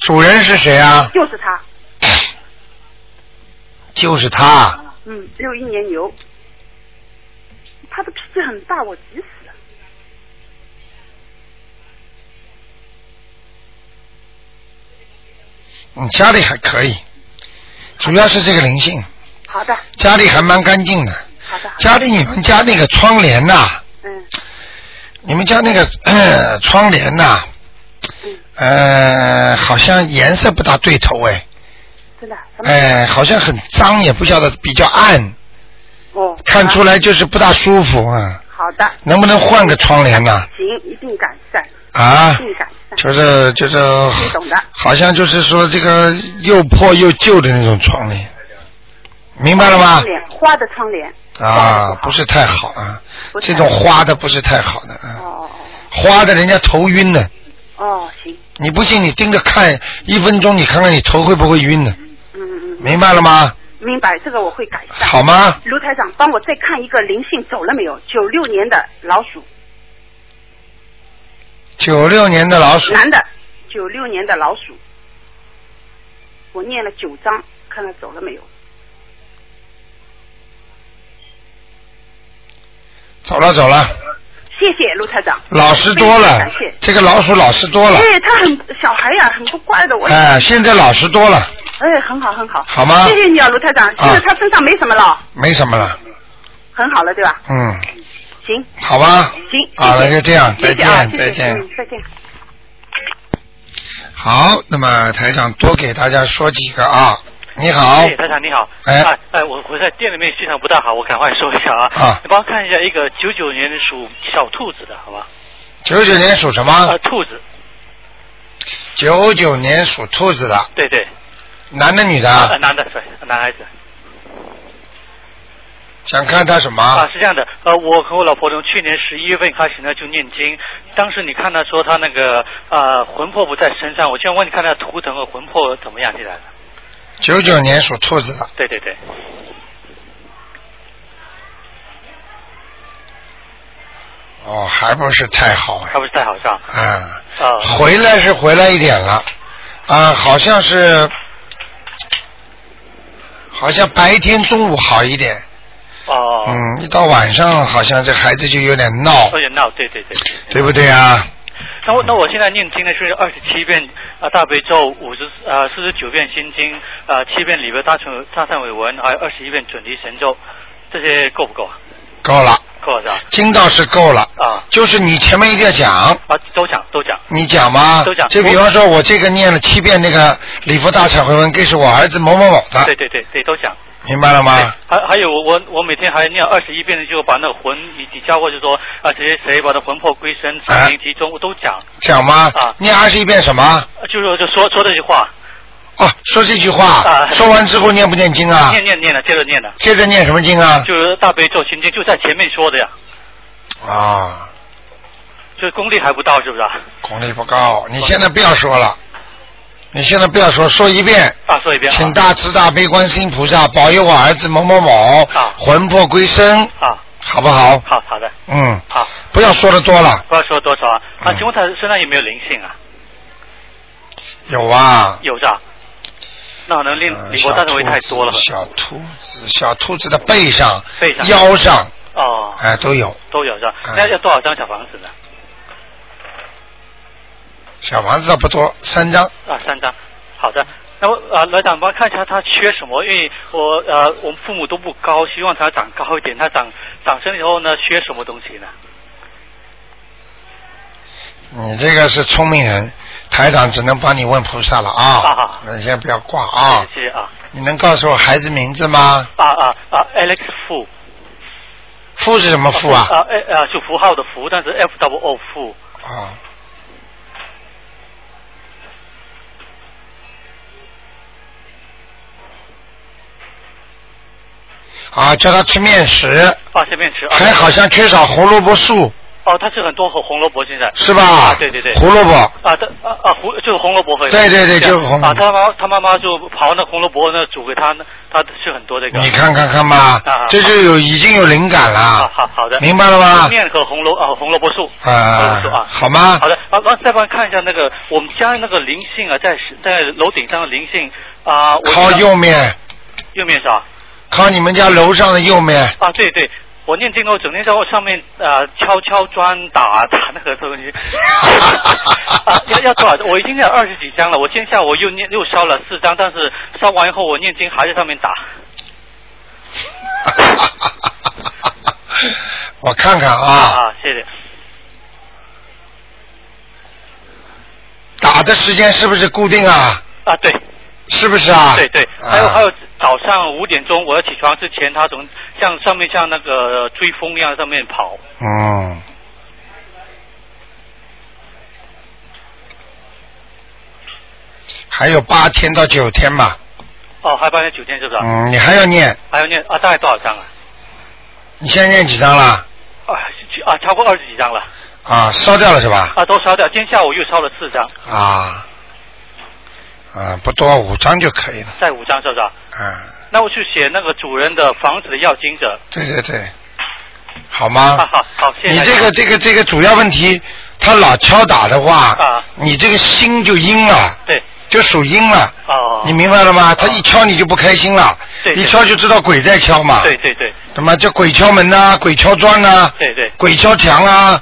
S1: 主人是谁啊？
S9: 就是他，
S1: 就是他，
S9: 嗯，六一年牛，他的脾气很大，我急死了。
S1: 嗯，家里还可以，主要是这个灵性，
S9: 好的，
S1: 家里还蛮干净的。
S9: 好的，
S1: 家里你们家那个窗帘呐、
S9: 嗯，
S1: 你们家那个、 呃窗帘呐、
S9: 嗯
S1: 呃，好像颜色不大对头哎，
S9: 真的，啊
S1: 哎，好像很脏，也不晓得比较暗，
S9: 哦，
S1: 看出来就是不大舒服啊。
S9: 好的，
S1: 能不能换个窗帘呐
S9: 行，一定改善，
S1: 啊
S9: 一定改善，
S1: 就是就是，
S9: 你懂的，
S1: 呃好像就是说这个又破又旧的那种窗帘，明白了吗
S9: 窗？帘，花的窗帘，
S1: 啊，不是太好啊，
S9: 不是
S1: 这
S9: 太
S1: 种
S9: 好
S1: 花的不是太好的啊，
S9: 哦
S1: 花的人家头晕的。
S9: 哦，行，
S1: 你不信，你盯着看一分钟，你看看你头会不会晕呢？
S9: 嗯嗯嗯，
S1: 明白了吗？
S9: 明白，这个我会改善，
S1: 好吗？
S9: 卢台长，帮我再看一个灵性走了没有？九六年的老鼠，
S1: 九六年的老鼠，
S9: 男的，九六年的老鼠，我念了九章，看看走了没有？
S1: 走了走了，
S9: 谢谢卢台长，
S1: 老实多
S9: 非常
S1: 了
S9: 感谢。
S1: 这个老鼠老实多了，
S9: 对他很小孩啊呀、很不乖的，我也
S1: 哎，现在老实多了，
S9: 哎，很好很好，
S1: 好吗
S9: 谢谢你啊，卢台长，现在他身上没什么了，
S1: 没什么了，
S9: 很好了，对吧？
S1: 嗯，
S9: 行，
S1: 好吧
S9: 行，
S1: 啊好
S9: 谢
S1: 了
S9: 谢
S1: 就这样
S9: 谢谢
S1: 再
S9: 啊
S1: 见
S9: 谢谢
S1: 再见
S9: 嗯再见。
S1: 好，那么台长多给大家说几个啊。你好
S11: 哎，，台长你好。
S1: 哎
S11: 哎哎，我我在店里面气场不大好，我赶快说一下啊。
S1: 啊
S11: 你帮我看一下一个九九年属小兔子的好吧？
S1: 九九年属什么
S11: 呃，？兔子，
S1: 九九年属兔子的，
S11: 对对。
S1: 男的女的
S11: 呃
S1: 啊？
S11: 男的是男孩子。
S1: 想看他什么
S11: 啊，？是这样的，呃，我和我老婆从去年十一月份开始呢就念经，当时你看他说他那个呃魂魄不在身上，我就想问你看他图腾和魂魄怎么样现在？
S1: 九九年属兔子的，
S11: 对对对，
S1: 哦，还不是太好哎，
S11: 还不是太好是吧？
S1: 啊。
S11: 啊，
S1: 回来是回来一点了，啊，好像是，好像白天中午好一点，
S11: 哦，
S1: 嗯，一到晚上好像这孩子就有点闹，
S11: 有点闹，对对对。
S1: 对不对啊？
S11: 那我那我现在念经呢是二十七遍啊、呃大悲咒，五十呃四十九遍心经，呃七遍礼佛大忏大忏悔文，还有二十一遍准提神咒，这些够不够啊？
S1: 够了，
S11: 够了是吧？
S1: 经道是够了，
S11: 啊
S1: 就是你前面一定要讲，
S11: 啊，都讲都讲。
S1: 你讲吗
S11: 都讲？
S1: 就比方说我这个念了七遍那个礼佛大忏悔文，这是我儿子某某某的，
S11: 对对对对，都讲。
S1: 明白了吗？
S11: 还还有我我我每天还念二十一遍的，就把那个魂你你教过，就说啊谁谁把那魂魄归身，神灵集中，我都讲，
S1: 讲吗
S11: 啊？
S1: 啊念二十一遍什么？
S11: 就是说就说说这句话。
S1: 哦，说这句话
S11: 啊，
S1: 说完之后念不念经啊？
S11: 念念念了，接着念了。
S1: 接着念什么经啊？
S11: 就是大悲咒心经，就在前面说的呀，
S1: 啊。
S11: 就是功力还不到，是不是啊？
S1: 功力不高，你现在不要说了，你现在不要说，说一遍，
S11: 啊，说一遍啊。
S1: 请大慈大悲观世音菩萨保佑我儿子某某某
S11: 啊
S1: 魂魄归生，
S11: 啊，
S1: 好不好？
S11: 好好的，
S1: 嗯，
S11: 好。
S1: 不要说的多了，嗯
S11: 不知道说多少啊？啊，请问他身上有没有灵性啊？
S1: 有啊。
S11: 有是吧？那可能令
S1: 呃
S11: 李博大认为太多了吧。
S1: 小兔子，小兔子的背上、
S11: 背上
S1: 腰上，
S11: 哦，
S1: 哎、都有。
S11: 都有是吧？
S1: 嗯
S11: 那要多少张小房子呢？
S1: 小房子倒不多，三张。
S11: 啊，三张。好的。那么啊，来长帮看一下他缺什么，因为我呃，我们父母都不高，希望他长高一点。他长长身以后呢，缺什么东西呢？
S1: 你这个是聪明人，台长只能帮你问菩萨了啊
S11: 啊！
S1: 那你先不要挂啊！
S11: 谢谢啊
S1: 你能告诉我孩子名字吗？
S11: 啊啊啊，Alex 富。
S1: 父是什么父啊？
S11: 啊，哎啊，是符号的符，但是 F W O 富。
S1: 啊。啊，叫他吃面食，
S11: 啊，下面吃。啊
S1: 啊哎
S11: 啊
S1: 还好像缺少胡萝卜素。
S11: 哦，它是很多红红萝卜现在
S1: 是吧
S11: 啊对对对，
S1: 胡萝卜
S11: 啊，它啊啊胡就是红萝卜和
S1: 对对对
S11: 这样
S1: 就是红萝
S11: 啊，
S1: 卜
S11: 他妈他妈妈就刨那红萝卜呢，煮给他，他吃很多这个。
S1: 你看看看吧
S11: 啊啊，
S1: 这就有已经有灵感
S11: 好
S1: 了。
S11: 好好的，
S1: 明白了吗
S11: 面和红萝啊红萝卜素红萝卜素
S1: 啊
S11: 啊，，
S1: 好吗
S11: 好？的，啊，然后再帮我看一下那个我们家那个灵性啊，在在楼顶上的灵性啊，我
S1: 靠右面，
S11: 右面是吧？
S1: 靠你们家楼上的右面，
S11: 啊，对对，我念经后整天在我上面呃敲敲砖打打那个东西。啊，要要多少？我已经念了二十几张了，我今天下午又念又烧了四张，但是烧完以后我念经还在上面打。
S1: 我看看啊，
S11: 啊，谢谢。
S1: 打的时间是不是固定啊？
S11: 啊，对。
S1: 是不是啊？
S11: 对对，还有还有，早上五点钟我要起床之前，他总像上面像那个追风一样在上面跑。
S1: 嗯。还有八天到九天吧，
S11: 哦，还八天九天是不是？
S1: 嗯你还要念？
S11: 还要念啊？大概多少张啊？
S1: 你现在念几张了？
S11: 啊啊，超过二十几张了。
S1: 啊，烧掉了是吧？
S11: 啊，都烧掉。今天下午又烧了四张，
S1: 啊，啊，不多，五张就可以了。
S11: 再五张是不是啊？
S1: 啊，
S11: 那我去写那个主人的房子的要经者。
S1: 对对对，好吗？
S11: 啊，好好，谢谢
S1: 你
S11: 大家。
S1: 这个这个这个主要问题，他老敲打的话，
S11: 啊
S1: 你这个心就阴了，
S11: 对，
S1: 就属阴了。
S11: 哦，
S1: 你明白了吗？他一敲你就不开心了，
S11: 对对
S1: 一敲就知道鬼在敲嘛。
S11: 对对对
S1: 什么叫鬼敲门呐、鬼敲砖呐、
S11: 对对。
S1: 鬼敲墙啊，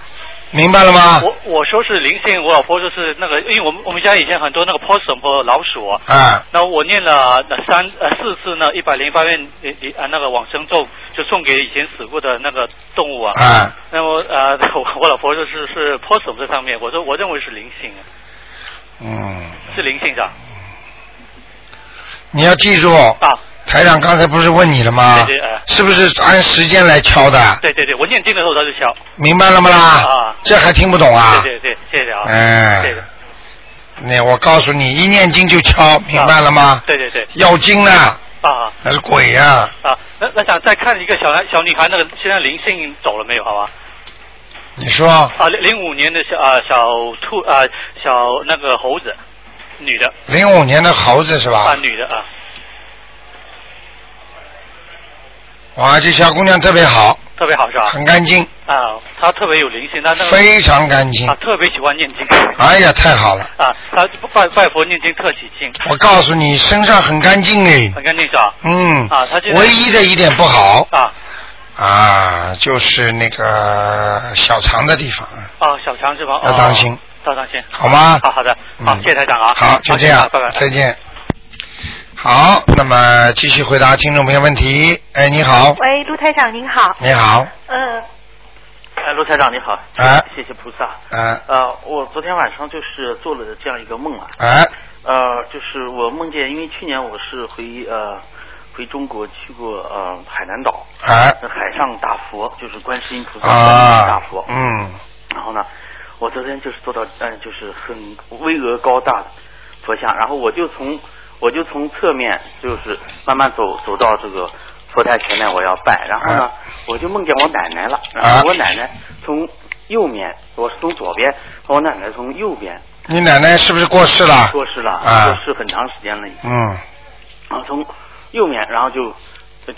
S1: 明白了吗？
S11: 我我说是灵性，我老婆说是那个，因为我们我们家以前很多那个 possum 和老鼠啊，
S1: 啊，
S11: 那我念了那三呃四次呢，一百零八遍呃呃那个往生咒，就送给以前死过的那个动物啊。
S1: 啊。
S11: 那么呃， 我我老婆说是是 possum 在上面，我说我认为是灵性，啊
S1: 嗯，
S11: 是灵性的。
S1: 你要记住，
S11: 啊
S1: 哦台长刚才不是问你了吗？
S11: 对对哎
S1: 是不是按时间来敲的？
S11: 对对对，我念经的时候他就笑。
S1: 明白了吗啦？
S11: 啊。
S1: 这还听不懂啊？
S11: 对对对，谢谢啊。
S1: 哎
S11: 谢谢。
S1: 那我告诉你，一念经就敲，明白了吗？
S11: 啊对对对。
S1: 要经呢，
S11: 啊。
S1: 那是鬼呀、
S11: 啊，那那想再看一个小男小女孩，那个现在灵性走了没有？好吧？
S1: 你说
S11: 啊，零零五年的小啊小兔啊小那个猴子，女的
S1: 零五年的猴子是吧？
S11: 啊女的啊，
S1: 哇，这小姑娘特别好，
S11: 特别好是吧？
S1: 很干净，
S11: 啊，她特别有灵性，她那个
S1: 非常干净
S11: 啊，特别喜欢念经
S1: 哎呀，太好了！
S11: 啊，她拜拜佛念经特起劲。
S1: 我告诉你，身上很干净哎。
S11: 很干净是吧？
S1: 嗯。
S11: 啊，她现在
S1: 唯一的一点不好
S11: 啊
S1: 啊，就是那个小肠的地方，
S11: 啊，小强是吧？
S1: 要
S11: 哦
S1: 当心，
S11: 要当心，
S1: 好吗
S11: 好好的，好，
S1: 嗯
S11: 谢谢台长啊。
S1: 好，就这样
S11: 谢谢啊拜拜，。
S1: 再见。好，那么继续回答听众朋友问题。哎，你好，
S12: 喂，卢台长您好。
S1: 你好，
S12: 嗯、
S13: 哎，卢台长你好，
S1: 哎
S13: 谢谢菩萨。
S1: 哎
S13: 呃，我昨天晚上就是做了这样一个梦啊，
S1: 哎，
S13: 呃，就是我梦见，因为去年我是回呃回中国去过呃海南岛，
S1: 哎，
S13: 海上大佛就是观世音菩萨
S1: 啊，
S13: 大佛，
S1: 嗯，
S13: 然后呢，我昨天就是做到，嗯、就是很巍峨高大的佛像，然后我就从我就从侧面就是慢慢走走到这个佛台前面，我要拜，然后
S1: 啊
S13: 呢，我就梦见我奶奶了，然后我奶奶从右面，我是从左边，我奶奶从右边，
S1: 你奶奶是不是过世了？
S13: 过世了，
S1: 啊
S13: 过世很长时间了已经，
S1: 嗯，
S13: 然后啊从右面，然后就。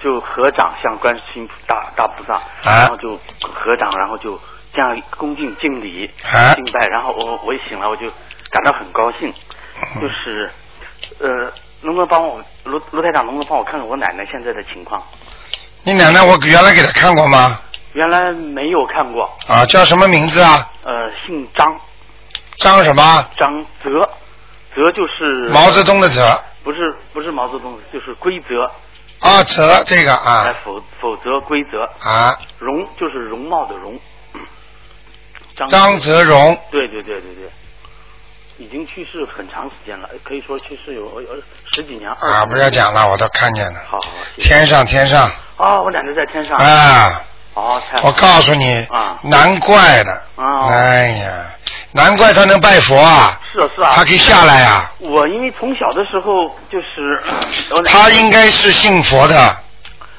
S13: 就合掌向观世音菩大大菩萨，
S1: 啊
S13: 然后就合掌，然后就这样恭敬敬礼，
S1: 哎
S13: 敬拜。然后我我一醒来，我就感到很高兴，
S1: 嗯
S13: 就是呃，能不能帮我卢卢台长，能不能帮我看看我奶奶现在的情况？
S1: 你奶奶我原来给她看过吗？
S13: 原来没有看过，
S1: 啊，叫什么名字啊？
S13: 呃，姓张，
S1: 张什么？
S13: 张泽，泽就是
S1: 毛泽东的泽，
S13: 不是不是毛泽东，就是规则。
S1: 啊，泽这个
S13: 哎
S1: 啊
S13: 否否则规则。
S1: 啊，
S13: 容就是容貌的容。张
S1: 张泽荣。
S13: 对对对对对，已经去世很长时间了，可以说去世有有十几年。二十
S1: 啊，
S13: 年
S1: 不要讲了，我都看见了。
S13: 好好，
S1: 天上天上
S13: 哦，我奶奶在天上。
S1: 啊！
S13: 哦，太
S1: 我
S13: 好了
S1: 告诉你
S13: 啊，，
S1: 难怪的，
S13: 哦
S1: 哎呀，难怪他能拜佛啊，
S13: 是啊是啊，
S1: 他可以下来啊。
S13: 我因为从小的时候就是，我奶奶
S1: 他应该是信佛的，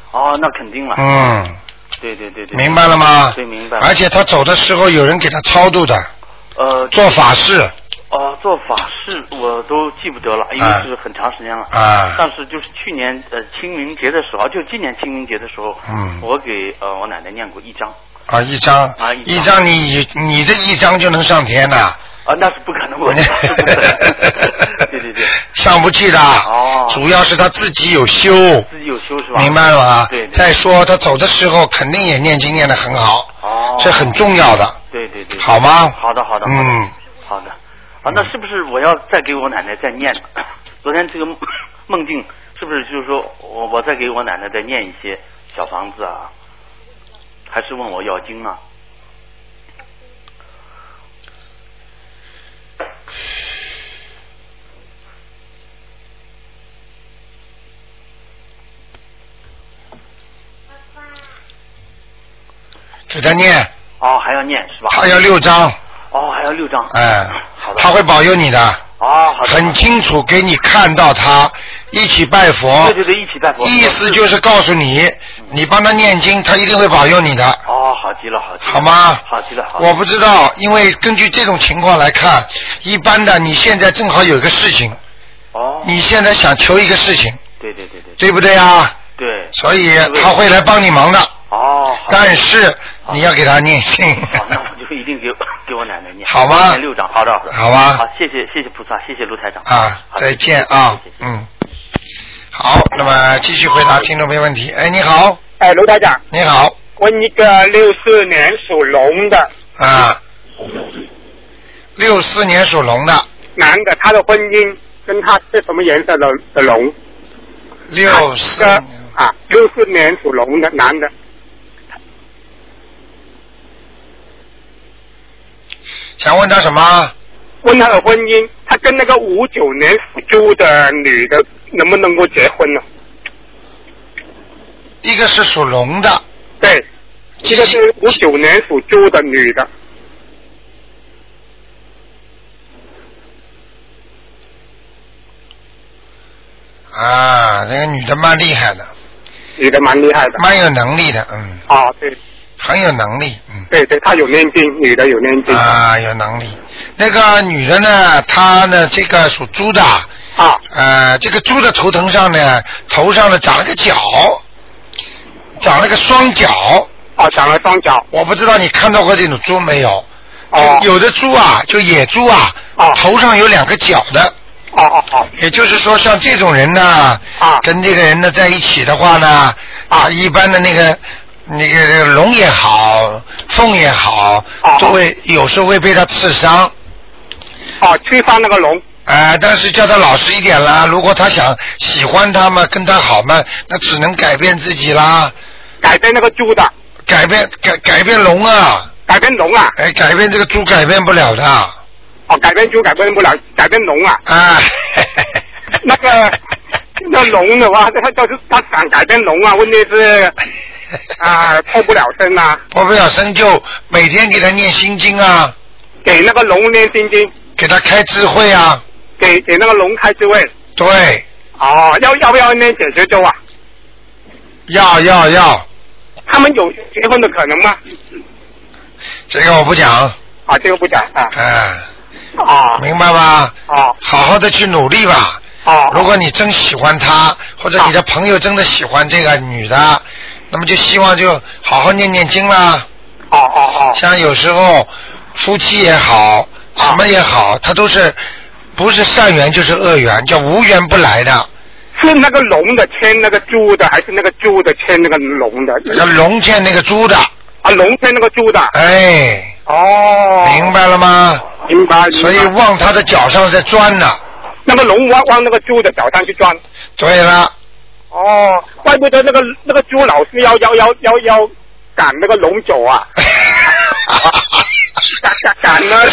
S13: 哦，那肯定了。
S1: 嗯，
S13: 对对对对。
S1: 明白了吗？
S13: 对，明白。
S1: 而且他走的时候有人给他超度的，
S13: 呃
S1: 做法事。
S13: 哦、做法事我都记不得了，因为
S1: 哎
S13: 是很长时间了。
S1: 啊
S13: 但是就是去年呃清明节的时候，啊就今年清明节的时候，
S1: 嗯
S13: 我给呃我奶奶念过一张。
S1: 啊，一张，
S13: 啊
S1: 一
S13: 一张
S1: 张你你这一张就能上天呐、
S13: 啊，那是不可能，我 是不可能。 对对对，
S1: 上不去的。
S13: 哦
S1: 主要是他自己有修，
S13: 自己有修是吧？
S1: 明白了吗？
S13: 对对
S1: 再说他走的时候肯定也念经念得很好，
S13: 哦，
S1: 这很重要的。
S13: 对对对。
S1: 好吗
S13: 好的好的。好的
S1: 嗯。
S13: 好的，啊，那是不是我要再给我奶奶再念？ 昨天这个梦梦境是不是就是说我我再给我奶奶再念一些小房子啊？还是问我要经啊？
S1: 给他念，
S13: 哦，还要念是吧？
S1: 他要六张，
S13: 哦，还要六张。
S1: 哎
S13: 好，的
S1: 他会保佑你的，
S13: 哦，好的。
S1: 很清楚给你看到他一起拜佛，
S13: 对对对，一起拜佛。嗯
S1: 意思就是告诉你，你帮他念经，他一定会保佑你的。
S13: 哦，好极了，好极了。
S1: 好吗
S13: 好极了，好极了。
S1: 我不知道，因为根据这种情况来看，一般的你现在正好有一个事情，
S13: 哦。
S1: 你现在想求一个事情，
S13: 对对对对。
S1: 对不对啊？
S13: 对。
S1: 所以他会来帮你忙的。
S13: 哦。好的
S1: 但是你要给他念经，
S13: 好，那我 就一定给给我奶奶念。
S1: 好吗
S13: 念六张，好的，好的。
S1: 好吧
S13: 好，谢谢谢谢菩萨，谢谢卢台长。
S1: 啊，再见啊，嗯。好，那么继续回答听众朋友问题。哎，你好，
S12: 哎，卢台长，
S1: 你好，
S12: 问一个六四年属龙的
S1: 啊，六四年属龙的，
S12: 男的，他的婚姻跟他是什么颜色的的龙？
S1: 六四
S12: 他啊，六四年属龙的男的，
S1: 想问他什么？
S12: 问他的婚姻，他跟那个五九年属猪的女的能不能够结婚呢？
S1: 一个是属龙的，
S12: 对，一个是五九年属猪的女的，
S1: 啊，那个女的蛮厉害的，
S12: 女的蛮厉害的。
S1: 蛮有能力的，嗯，
S12: 啊，对
S1: 很有能力，嗯
S12: 对对，她有念经，女的有念经。
S1: 啊，有能力。那个女的呢，她呢，这个属猪的，
S12: 啊，
S1: 呃，这个猪的头疼上呢，头上呢长了个角，长了个双角。
S12: 哦，长了双角。
S1: 我不知道你看到过这种猪没有？
S12: 哦
S1: 就有的猪啊，就野猪啊，头上有两个角的。
S12: 哦哦哦。
S1: 也就是说，像这种人呢，
S12: 啊，
S1: 跟这个人呢在一起的话呢，啊，一般的那个。那个那个龙也好，凤也好，都会有时候会被它刺伤。
S12: 哦，吹翻那个龙。
S1: 哎、但是叫他老实一点啦。如果他想喜欢他嘛，跟他好嘛，那只能改变自己啦。
S12: 改变那个猪的。
S1: 改变改改变龙啊。
S12: 改变龙啊。
S1: 哎，改变这个猪改变不了的。
S12: 哦，改变猪改变不了，改变龙啊。
S1: 啊。
S12: 那个那龙的话，他就是他想改变龙啊，问题是啊破不了身呐、啊。
S1: 破不了身就每天给他念心经啊。
S12: 给那个龙念心经。
S1: 给他开智慧啊。
S12: 给给那个龙开智慧。
S1: 对，
S12: 哦，要要不要念解决咒啊？
S1: 要要要，
S12: 他们有结婚的可能吗？
S1: 这个我不讲，
S12: 啊，这个不讲啊。
S1: 哎、
S12: 啊。
S1: 明白吗？
S12: 啊。
S1: 好好的去努力吧。
S12: 啊。
S1: 如果你真喜欢他，或者你的朋友真的喜欢这个女的，那么就希望就好好念念经啦。
S12: 哦哦哦。哦
S1: 像有时候夫妻也好，什么也好，他都是不是善缘就是恶缘，叫无缘不来的。
S12: 是那个龙的牵那个猪的，还是那个猪的牵那个龙的？
S1: 那龙牵那个猪的。
S12: 啊，龙牵那个猪的。
S1: 哎。
S12: 哦。
S1: 明白了吗？
S12: 明白。
S1: 所以往他的脚上在钻呢。
S12: 那个龙往往那个猪的脚上去钻。
S1: 对了，
S12: 哦，怪不得那个那个猪老是要要要要要赶那个龙走啊， 赶赶赶呢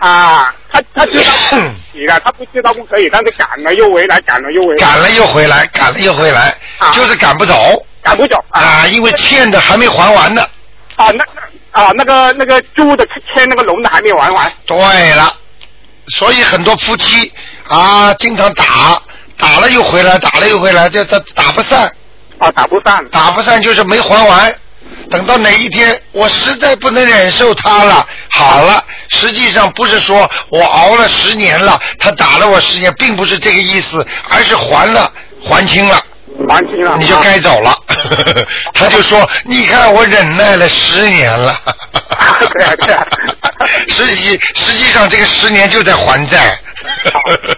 S12: 啊，他他知道 不行啊，他不知道不可以，但是赶了又回来，赶了又回来，
S1: 赶了又回来，赶了又回来，
S12: 啊
S1: 就是赶不走。
S12: 赶不走
S1: 啊，因为欠的还没还完呢。
S12: 啊那啊那个那个猪的牵那个龙的还没玩完，
S1: 对了，所以很多夫妻啊，经常打，打了又回来，打了又回来，就这打不散。
S12: 啊，打不散。
S1: 打不散就是没还完。等到哪一天我实在不能忍受他了，好了，实际上不是说我熬了十年了，他打了我十年，并不是这个意思，而是还了，还清了。
S12: 还清了，
S1: 你就该 走了。他就说：“你看，我忍耐了十 年了。
S12: 啊
S1: 实际实际上，这个十年就在还债。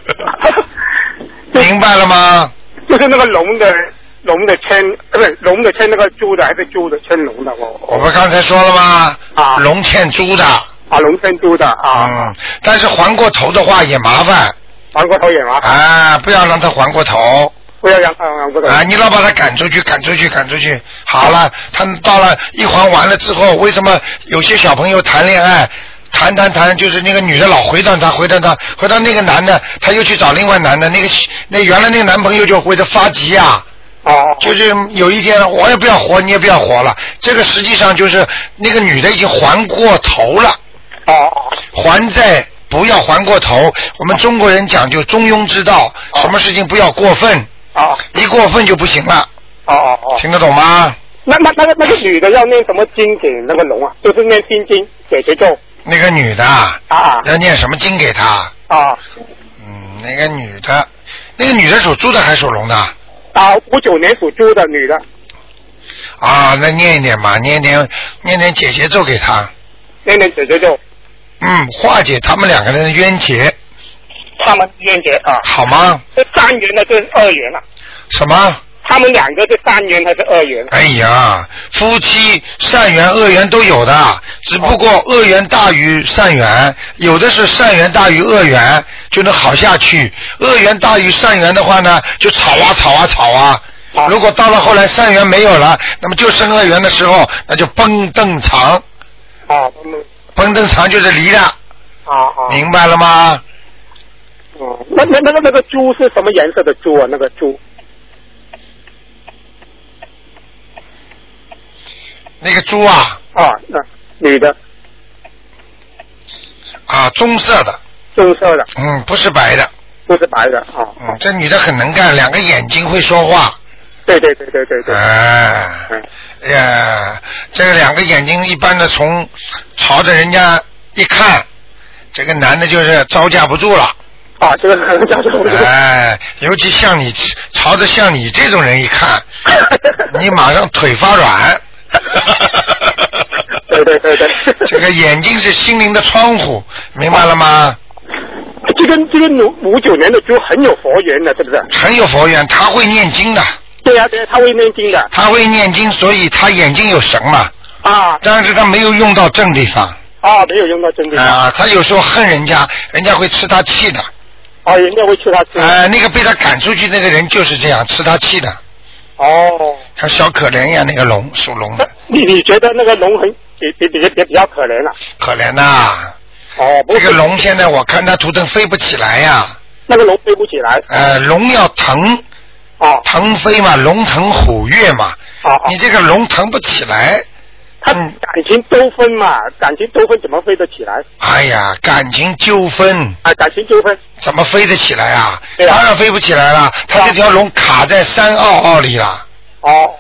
S1: 明白了吗？
S12: 就是那个龙的龙的牵，呃不是龙的牵那个猪的，还是猪的牵龙的？我
S1: 我不刚才说了吗？
S12: 啊，
S1: 龙欠猪的。
S12: 啊，龙欠猪的啊。
S1: 嗯，但是还过头的话也麻烦。
S12: 还过头也麻
S1: 烦。啊，不要让他还过头。
S12: 不要让他还过头。
S1: 啊，你老把他赶出去，赶出去，赶出去。好了，他到了一还完了之后，为什么有些小朋友谈恋爱？谈谈谈，就是那个女的老回荡他，回荡他，回到那个男的，他又去找另外男的，那个那原来那个男朋友就会的发急啊，
S12: 哦，
S1: 就是有一天我也不要活，你也不要活了。这个实际上就是那个女的已经还过头了。
S12: 哦。
S1: 还债不要还过头。我们中国人讲究中庸之道，什么事情不要过分。
S12: 哦。
S1: 一过分就不行了。
S12: 哦哦哦。
S1: 听得懂吗？
S12: 那那那个那个女的要念什么经给那个龙啊？就是念心经解决咒。
S1: 那个女的啊
S12: 啊
S1: 要念什么经给她？
S12: 啊
S1: 嗯，那个女的，那个女的属猪的还是属龙的？
S12: 啊，五九年属猪的女的
S1: 啊，那念一点嘛，念一点，念点解结咒给她。
S12: 念念解决咒，
S1: 嗯，化解他们两个人的冤结，
S12: 他们冤结啊。
S1: 好吗？
S12: 是三元的，这是二元了。
S1: 什么？
S12: 他们两个是三元还是二元？啊
S1: 哎呀，夫妻善缘、恶缘都有的，只不过恶缘大于善缘，有的是善缘大于恶缘，就能好下去；恶缘大于善缘的话呢，就吵啊吵啊吵啊。如果到了后来善缘没有了，那么就剩恶缘的时候，那就崩蹬长，
S12: 啊，他们
S1: 崩蹬长就是离了，
S12: 啊啊。
S1: 明白了吗？
S12: 哦，那那那个那个猪是什么颜色的猪啊？那个猪
S1: 那个猪啊
S12: 啊，那女的
S1: 啊，棕色的，
S12: 棕色的，
S1: 嗯，不是白的，
S12: 不是白的啊。
S1: 嗯，这女的很能干，两个眼睛会说话。
S12: 对对对对对对。嗯
S1: 哎、呀，这两个眼睛一般的从朝着人家一看，这个男的就是招架不住了。
S12: 啊，这个男的招架不
S1: 住。哎，尤其像你朝着像你这种人 一看，你马上腿发软。
S12: 对对对对。
S1: 这个眼睛是心灵的窗户，明白了吗？
S12: 这个这个五五九年的猪很有佛缘的，是不是？
S1: 很有佛缘，他会念经的。
S12: 对呀、对呀、他会念经的。
S1: 他会念经，所以他眼睛有神嘛。
S12: 啊。
S1: 但是他没有用到正地方。
S12: 啊，没有用到真经。
S1: 啊，他有时候恨人家，人家会吃他气的。
S12: 啊，人家会吃他气。
S1: 哎、那个被他赶出去那个人就是这样，啊吃他气的。
S12: 哦，
S1: 他小可怜呀，那个龙属龙的，
S12: 你你觉得那个龙很比比比比比较可怜了、啊
S1: 可怜呐、
S12: 哦，不
S1: 这
S12: 是
S1: 个龙现在我看它图腾飞不起来呀。
S12: 那个龙飞不起来。
S1: 呃，龙要腾。
S12: 哦。
S1: 腾飞嘛，龙腾虎跃嘛。
S12: 哦。
S1: 你这个龙腾不起来。
S12: 他
S1: 嗯
S12: 感情纠纷嘛，感情纠纷怎么飞得起来？
S1: 哎呀，感情纠纷。
S12: 啊，感情纠纷。
S1: 怎么飞得起来啊？当然飞不起来了，它
S12: 啊
S1: 这条龙卡在山坳坳里了。
S12: 哦。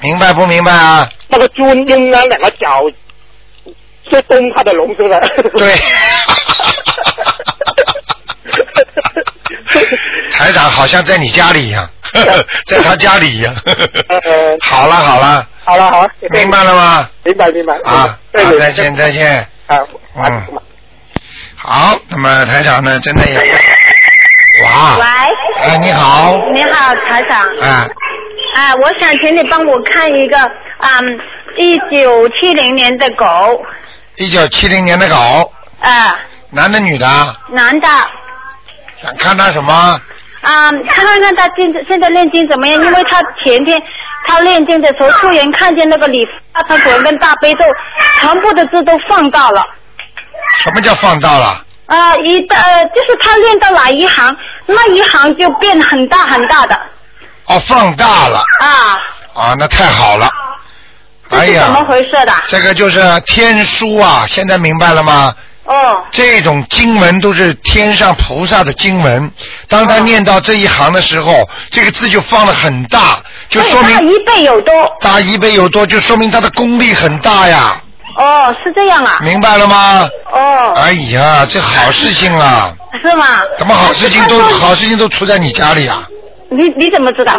S1: 明白不明白啊？
S12: 那个猪用那两个脚去蹬它的龙，是不是？
S1: 对。台长好像在你家里 一样，
S12: 啊
S1: 在他家里一样。好了好了，
S12: 呃好了好了，
S1: 明白了吗？
S12: 明白明白。
S1: 啊，
S12: 对
S1: 好
S12: 对
S1: 再见再见。
S12: 啊，
S1: 嗯，好，那么台长呢，真的
S14: 哎
S1: 也，哇，
S14: 喂，
S1: 哎你好
S14: 你好，台长。
S1: 啊，
S14: 啊，我想请你帮我看一个，嗯，一九七零年的狗，
S1: 一九七零年的狗，
S9: 呃
S14: 啊，
S1: 男的女的啊，
S14: 男的，
S1: 想看他什么？
S14: 啊，看看他现在现在念经怎么样？因为他前天他念经的时候，突然看见那个礼佛大忏悔文跟大悲咒，全部的字都放大了。
S1: 什么叫放大了？
S14: 啊，一的、呃就是他念到哪一行，那一行就变很大很大的
S1: 哦，放大了
S14: 啊，
S1: 啊，那太好了。
S14: 这
S1: 哎
S14: 是怎么
S1: 呀，
S14: 回事的？
S1: 这个就是天书啊，现在明白了吗？哦。这种经文都是天上菩萨的经文，当
S14: 哦
S1: 他念到这一行的时候，这个字就放的很大，就说明大
S14: 一倍有多。
S1: 大一倍有多，就说明他的功力很大呀，
S14: 哦，是这样啊。
S1: 明白了吗？
S14: 哦。
S1: 哎呀，这好事情啊，
S14: 是吗？
S1: 怎么好事情都
S14: 他说
S1: 好事情都出在你家里啊？
S14: 你你怎么 知道？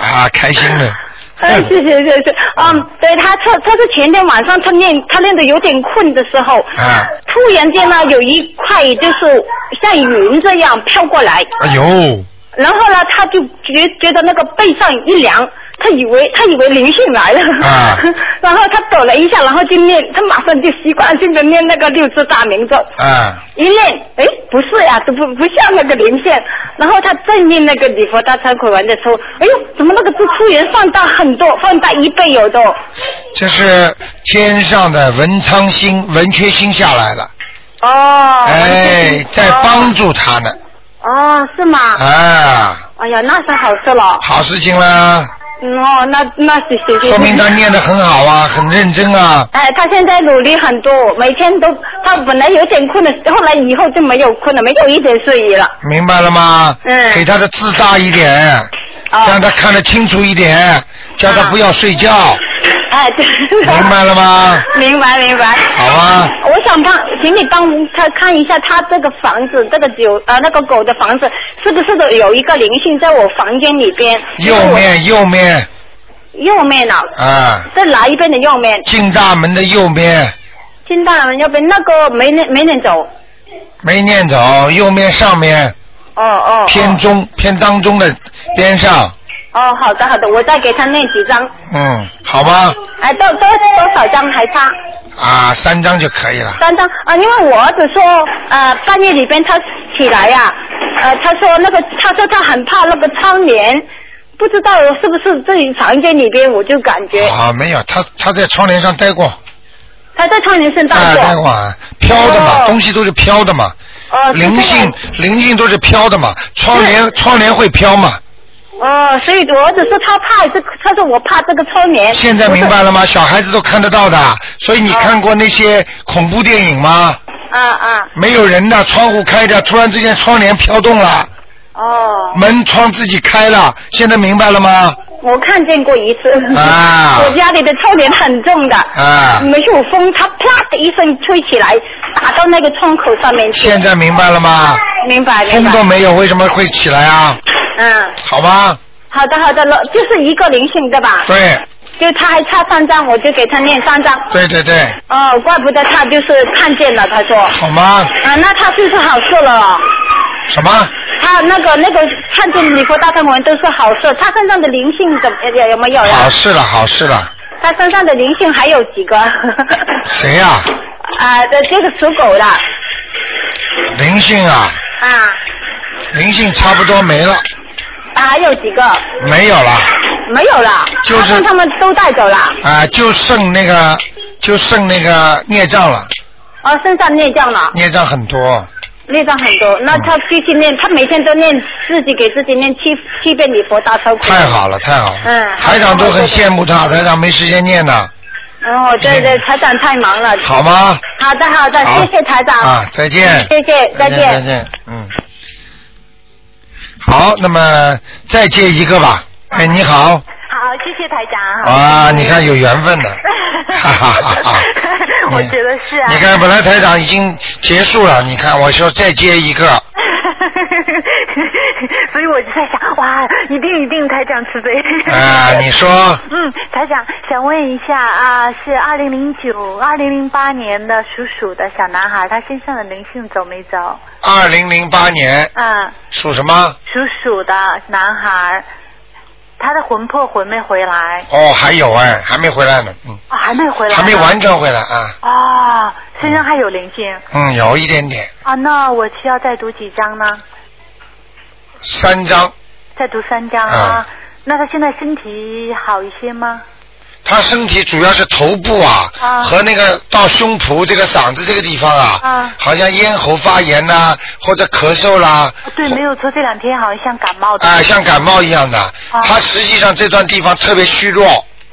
S1: 啊，开心了。
S14: 哎，谢谢谢谢，嗯，对他他他是前天晚上他练他练的有点困的时候，
S1: 啊，
S14: 突然间呢有一块就是像云这样飘过来，
S1: 哎呦，
S14: 然后呢他就觉觉得那个背上一凉，他以为他以为灵性来了，
S1: 啊，
S14: 然后他抖了一下，然后就念，他马上就习惯性的念那个六字大明咒，
S1: 啊，
S14: 一念，哎，不是呀、都不不像那个灵线。然后他正念那个礼佛大忏悔文的时候，哎呦，怎么那个字突然放大很多，放大一倍有多？
S1: 这是天上的文昌星、文缺星下来了，
S14: 哦，
S1: 哎，在帮助他呢，
S14: 哦，是吗？
S1: 啊，
S14: 哎呀，那是好事了。
S1: 好事情啦，
S14: 嗯哦，那那谢谢。谢谢
S1: 说明他念的很好 啊，很认真啊，
S14: 哎，他现在努力很多，每天都，他本来有点困的，后来以后就没有困了，没有一点睡意了。
S1: 明白了吗？
S14: 嗯哦
S1: 给他的字大一点，让他看得清楚一点，叫他不要睡觉，
S14: 嗯哎，对。
S1: 明白了 吗？
S14: 明白明白。
S1: 好啊。
S14: 我想帮，请你帮他看一下他这个房子，这个酒呃那个狗的房子是不是有一个灵性在我房间里边？
S1: 右面右面
S14: 右面呢、
S1: 啊，
S14: 在哪一边的右面？
S1: 进大门的右面。
S14: 进大门右边那个没人没人走。
S1: 没念走，右面上面
S14: 哦哦。
S1: 偏中、偏当中的边上，
S14: 哦，好的好的，我再给他念几张，
S1: 嗯，好吗？
S14: 哎，多多多少张还差？
S1: 啊，三张就可以了。
S14: 三张啊，因为我儿子说，呃，半夜里边他起来呀、呃，他说那个，他说他很怕那个窗帘，不知道是不是自己房间里边，我就感觉
S1: 啊，没有，他他在窗帘上待过，
S14: 他在窗帘上
S1: 啊，
S14: 搭
S1: 待
S14: 过。哦
S1: 过啊，飘的嘛，东西都是飘的嘛，
S14: 哦，是这样
S1: 灵性灵性都是飘的嘛，窗帘窗帘会飘嘛。
S14: 哦，所以我儿子说他怕这，他说我怕这个窗帘。
S1: 现在明白了吗？
S14: 我说
S1: 小孩子都看得到的，所以你看过那些恐怖电影吗？
S14: 哦啊啊，
S1: 没有人的，窗户开着，突然之间窗帘飘动了。
S14: 哦。
S1: 门窗自己开了，现在明白了吗？
S14: 我看见过一次。
S1: 啊
S14: 我家里的窗帘很重的。
S1: 啊
S14: 没有风，它啪的一声吹起来，打到那个窗口上面去。
S1: 现在明白了吗？
S14: 明白明
S1: 风
S14: 白。
S1: 都没有，为什么会起来啊？
S14: 嗯，
S1: 好吧，
S14: 好的好的，了就是一个灵性对吧？。
S1: 对，
S14: 就他还差三张，我就给他念三张。
S1: 对对对，
S14: 哦，怪不得他就是看见了，他说。
S1: 好吗？
S14: 啊，那他就是好事了哦。
S1: 什么？
S14: 他那个那个看见礼佛大忏悔文都是好事，他身上的灵性怎么有有没有呀？
S1: 好事了，好事了。
S14: 他身上的灵性还有几个？
S1: 谁呀、
S14: 啊，这这个属狗的
S1: 灵性啊，
S14: 啊
S1: 灵性差不多没了，
S14: 啊，还有几个
S1: 没有了，
S14: 没有了，
S1: 就是
S14: 他让他们都带走了。
S1: 啊，就剩那个，就剩那个孽障了，
S14: 哦，身上孽障了，
S1: 孽障很多。
S14: 孽障很
S1: 嗯
S14: 多。那他继续念，他每天都念自己给自己念七七遍礼佛大忏悔。
S1: 太好了，太好了。
S14: 嗯
S1: 台长都很羡慕他，台长没时间念呢，
S14: 哦，对对，台长太忙了。
S1: 好吗？
S14: 好的好的，
S1: 好
S14: 谢谢台长。
S1: 啊，再见。
S14: 谢谢，再
S1: 再
S14: 见。
S1: 见，嗯。好，那么再接一个吧。哎，你好，
S15: 好，谢谢台长。
S1: 啊，你看有缘 分的，哈哈哈哈。
S15: 我觉得是啊。
S1: 哎你看，本来台长已经结束了，你看我说再接一个，
S15: 所以我就在想，哇，一定一定，台长慈悲。
S1: 啊你说
S15: 嗯，台长想问一下啊，是二零零九、二零零八年的属鼠的小男孩，他身上的灵性走没走？
S1: 二零零八年
S15: 嗯，
S1: 属什么？
S15: 属鼠的男孩，他的魂魄回没回来？
S1: 哦，还有哎，还没回来呢，嗯，
S15: 啊，还没回来。
S1: 还没完全回来。啊，
S15: 哦，身上还有灵性。
S1: 嗯，有一点点，
S15: 啊，那我需要再读几张呢？
S1: 三张。
S15: 再读三张啊。那他现在身体好一些吗？
S1: 他身体主要是头部啊，
S15: 啊
S1: 和那个到胸脯这个嗓子这个地方啊，
S15: 啊
S1: 好像咽喉发炎呐、或者咳嗽啦，
S15: 对，没有错，这两天好像像
S1: 啊
S15: 感冒的。啊
S1: 啊、像感冒一样的。他实际上这段地方特别虚弱，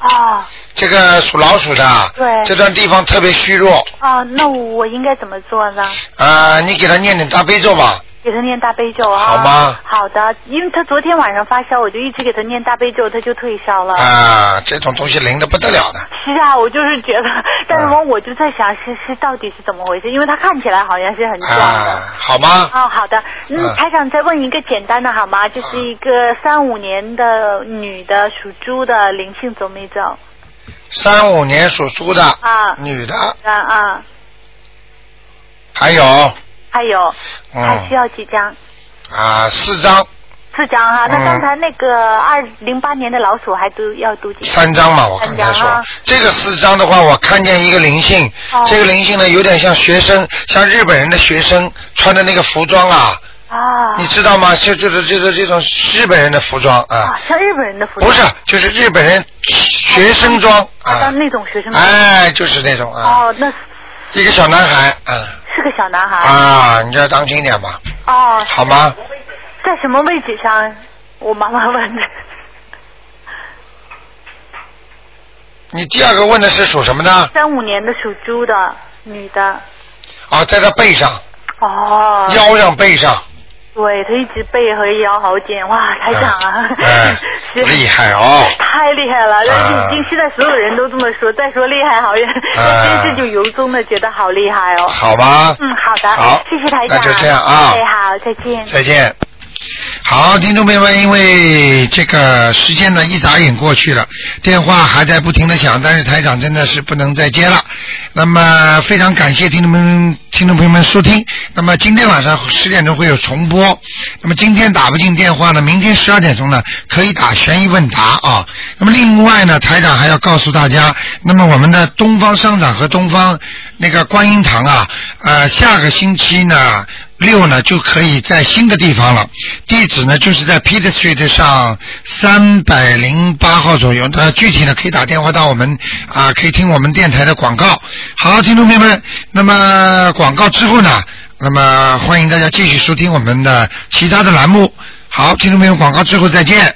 S15: 哦
S1: 这个属老鼠的，
S15: 对
S1: 这段地方特别虚弱
S15: 啊，那我应该怎么做呢？
S1: 啊、你给他念点大悲咒吧，
S15: 给他念大悲咒啊。
S1: 好吗？
S15: 好的，因为他昨天晚上发烧，我就一直给他念大悲咒，他就退烧了。
S1: 啊、这种东西灵的不得了的，
S15: 是啊，我就是觉得，但是
S1: 啊
S15: 我我就在想是是到底是怎么回事，因为他看起来好像是很壮的。
S1: 啊好吗？
S15: 哦，好的。嗯
S1: 嗯，啊
S15: 台长再问一个简单的好吗？就是一个三五年的女的，属猪的，灵性走没走？
S1: 三五年属猪的，
S15: 啊
S1: 女的，
S15: 啊啊，
S1: 还有
S15: 还有、
S1: 嗯
S15: 还需要几张？
S1: 啊四张
S15: 四张哈、那
S1: 嗯
S15: 刚才那个二零八年的老鼠还读要读几张？
S1: 三张嘛，我刚
S15: 三
S1: 才
S15: 张
S1: 说
S15: 啊。
S1: 这个四张的话，我看见一个灵性，
S15: 哦
S1: 这个灵性呢有点像学生，像日本人的学生穿的那个服装啊，
S15: 啊，
S1: 你知道吗？就就是就是这种日本人的服装啊，
S15: 像日本人的服装
S1: 不是，就是日本人学生装
S15: 啊，
S1: 啊
S15: 当，那种学生吗？
S1: 哎，就是那种啊，
S15: 哦，那
S1: 一个小男孩啊
S15: 是个小男孩。
S1: 啊，你就要当心点吧，
S15: 哦，
S1: 好吗？
S15: 在什么位置上？我妈妈问的。
S1: 你第二个问的是属什么呢？
S15: 三五年的属猪的女的。
S1: 啊，在他背上、
S15: 哦。
S1: 腰上、背上，
S15: 对，她一直背和腰好紧，哇，台长啊，
S1: 哎，厉害哦。
S15: 太厉害了！
S1: 啊
S15: 已经现在所有人都这么说，再说厉害好像，
S1: 啊
S15: 真是就由衷的觉得好厉害哦。
S1: 好吧
S15: 嗯，好的。
S1: 好
S15: 谢谢台长。
S1: 那就这样啊
S15: 哎，好，再见。
S1: 再见。好，听众朋友们，因为这个时间呢一眨眼过去了，电话还在不停的响，但是台长真的是不能再接了。那么非常感谢听众们、听众朋友们收听。那么今天晚上十点钟会有重播。那么今天打不进电话呢，明天十二点钟呢可以打悬疑问答啊。那么另外呢，台长还要告诉大家，那么我们的东方商场和东方那个观音堂啊，呃，下个星期呢。六呢就可以在新的地方了，地址呢就是在 Peter Street 上三百零八号左右。那具体呢可以打电话到我们啊、可以听我们电台的广告。好，听众朋友们，那么广告之后呢，那么欢迎大家继续收听我们的其他的栏目。好，听众朋友们，广告之后再见。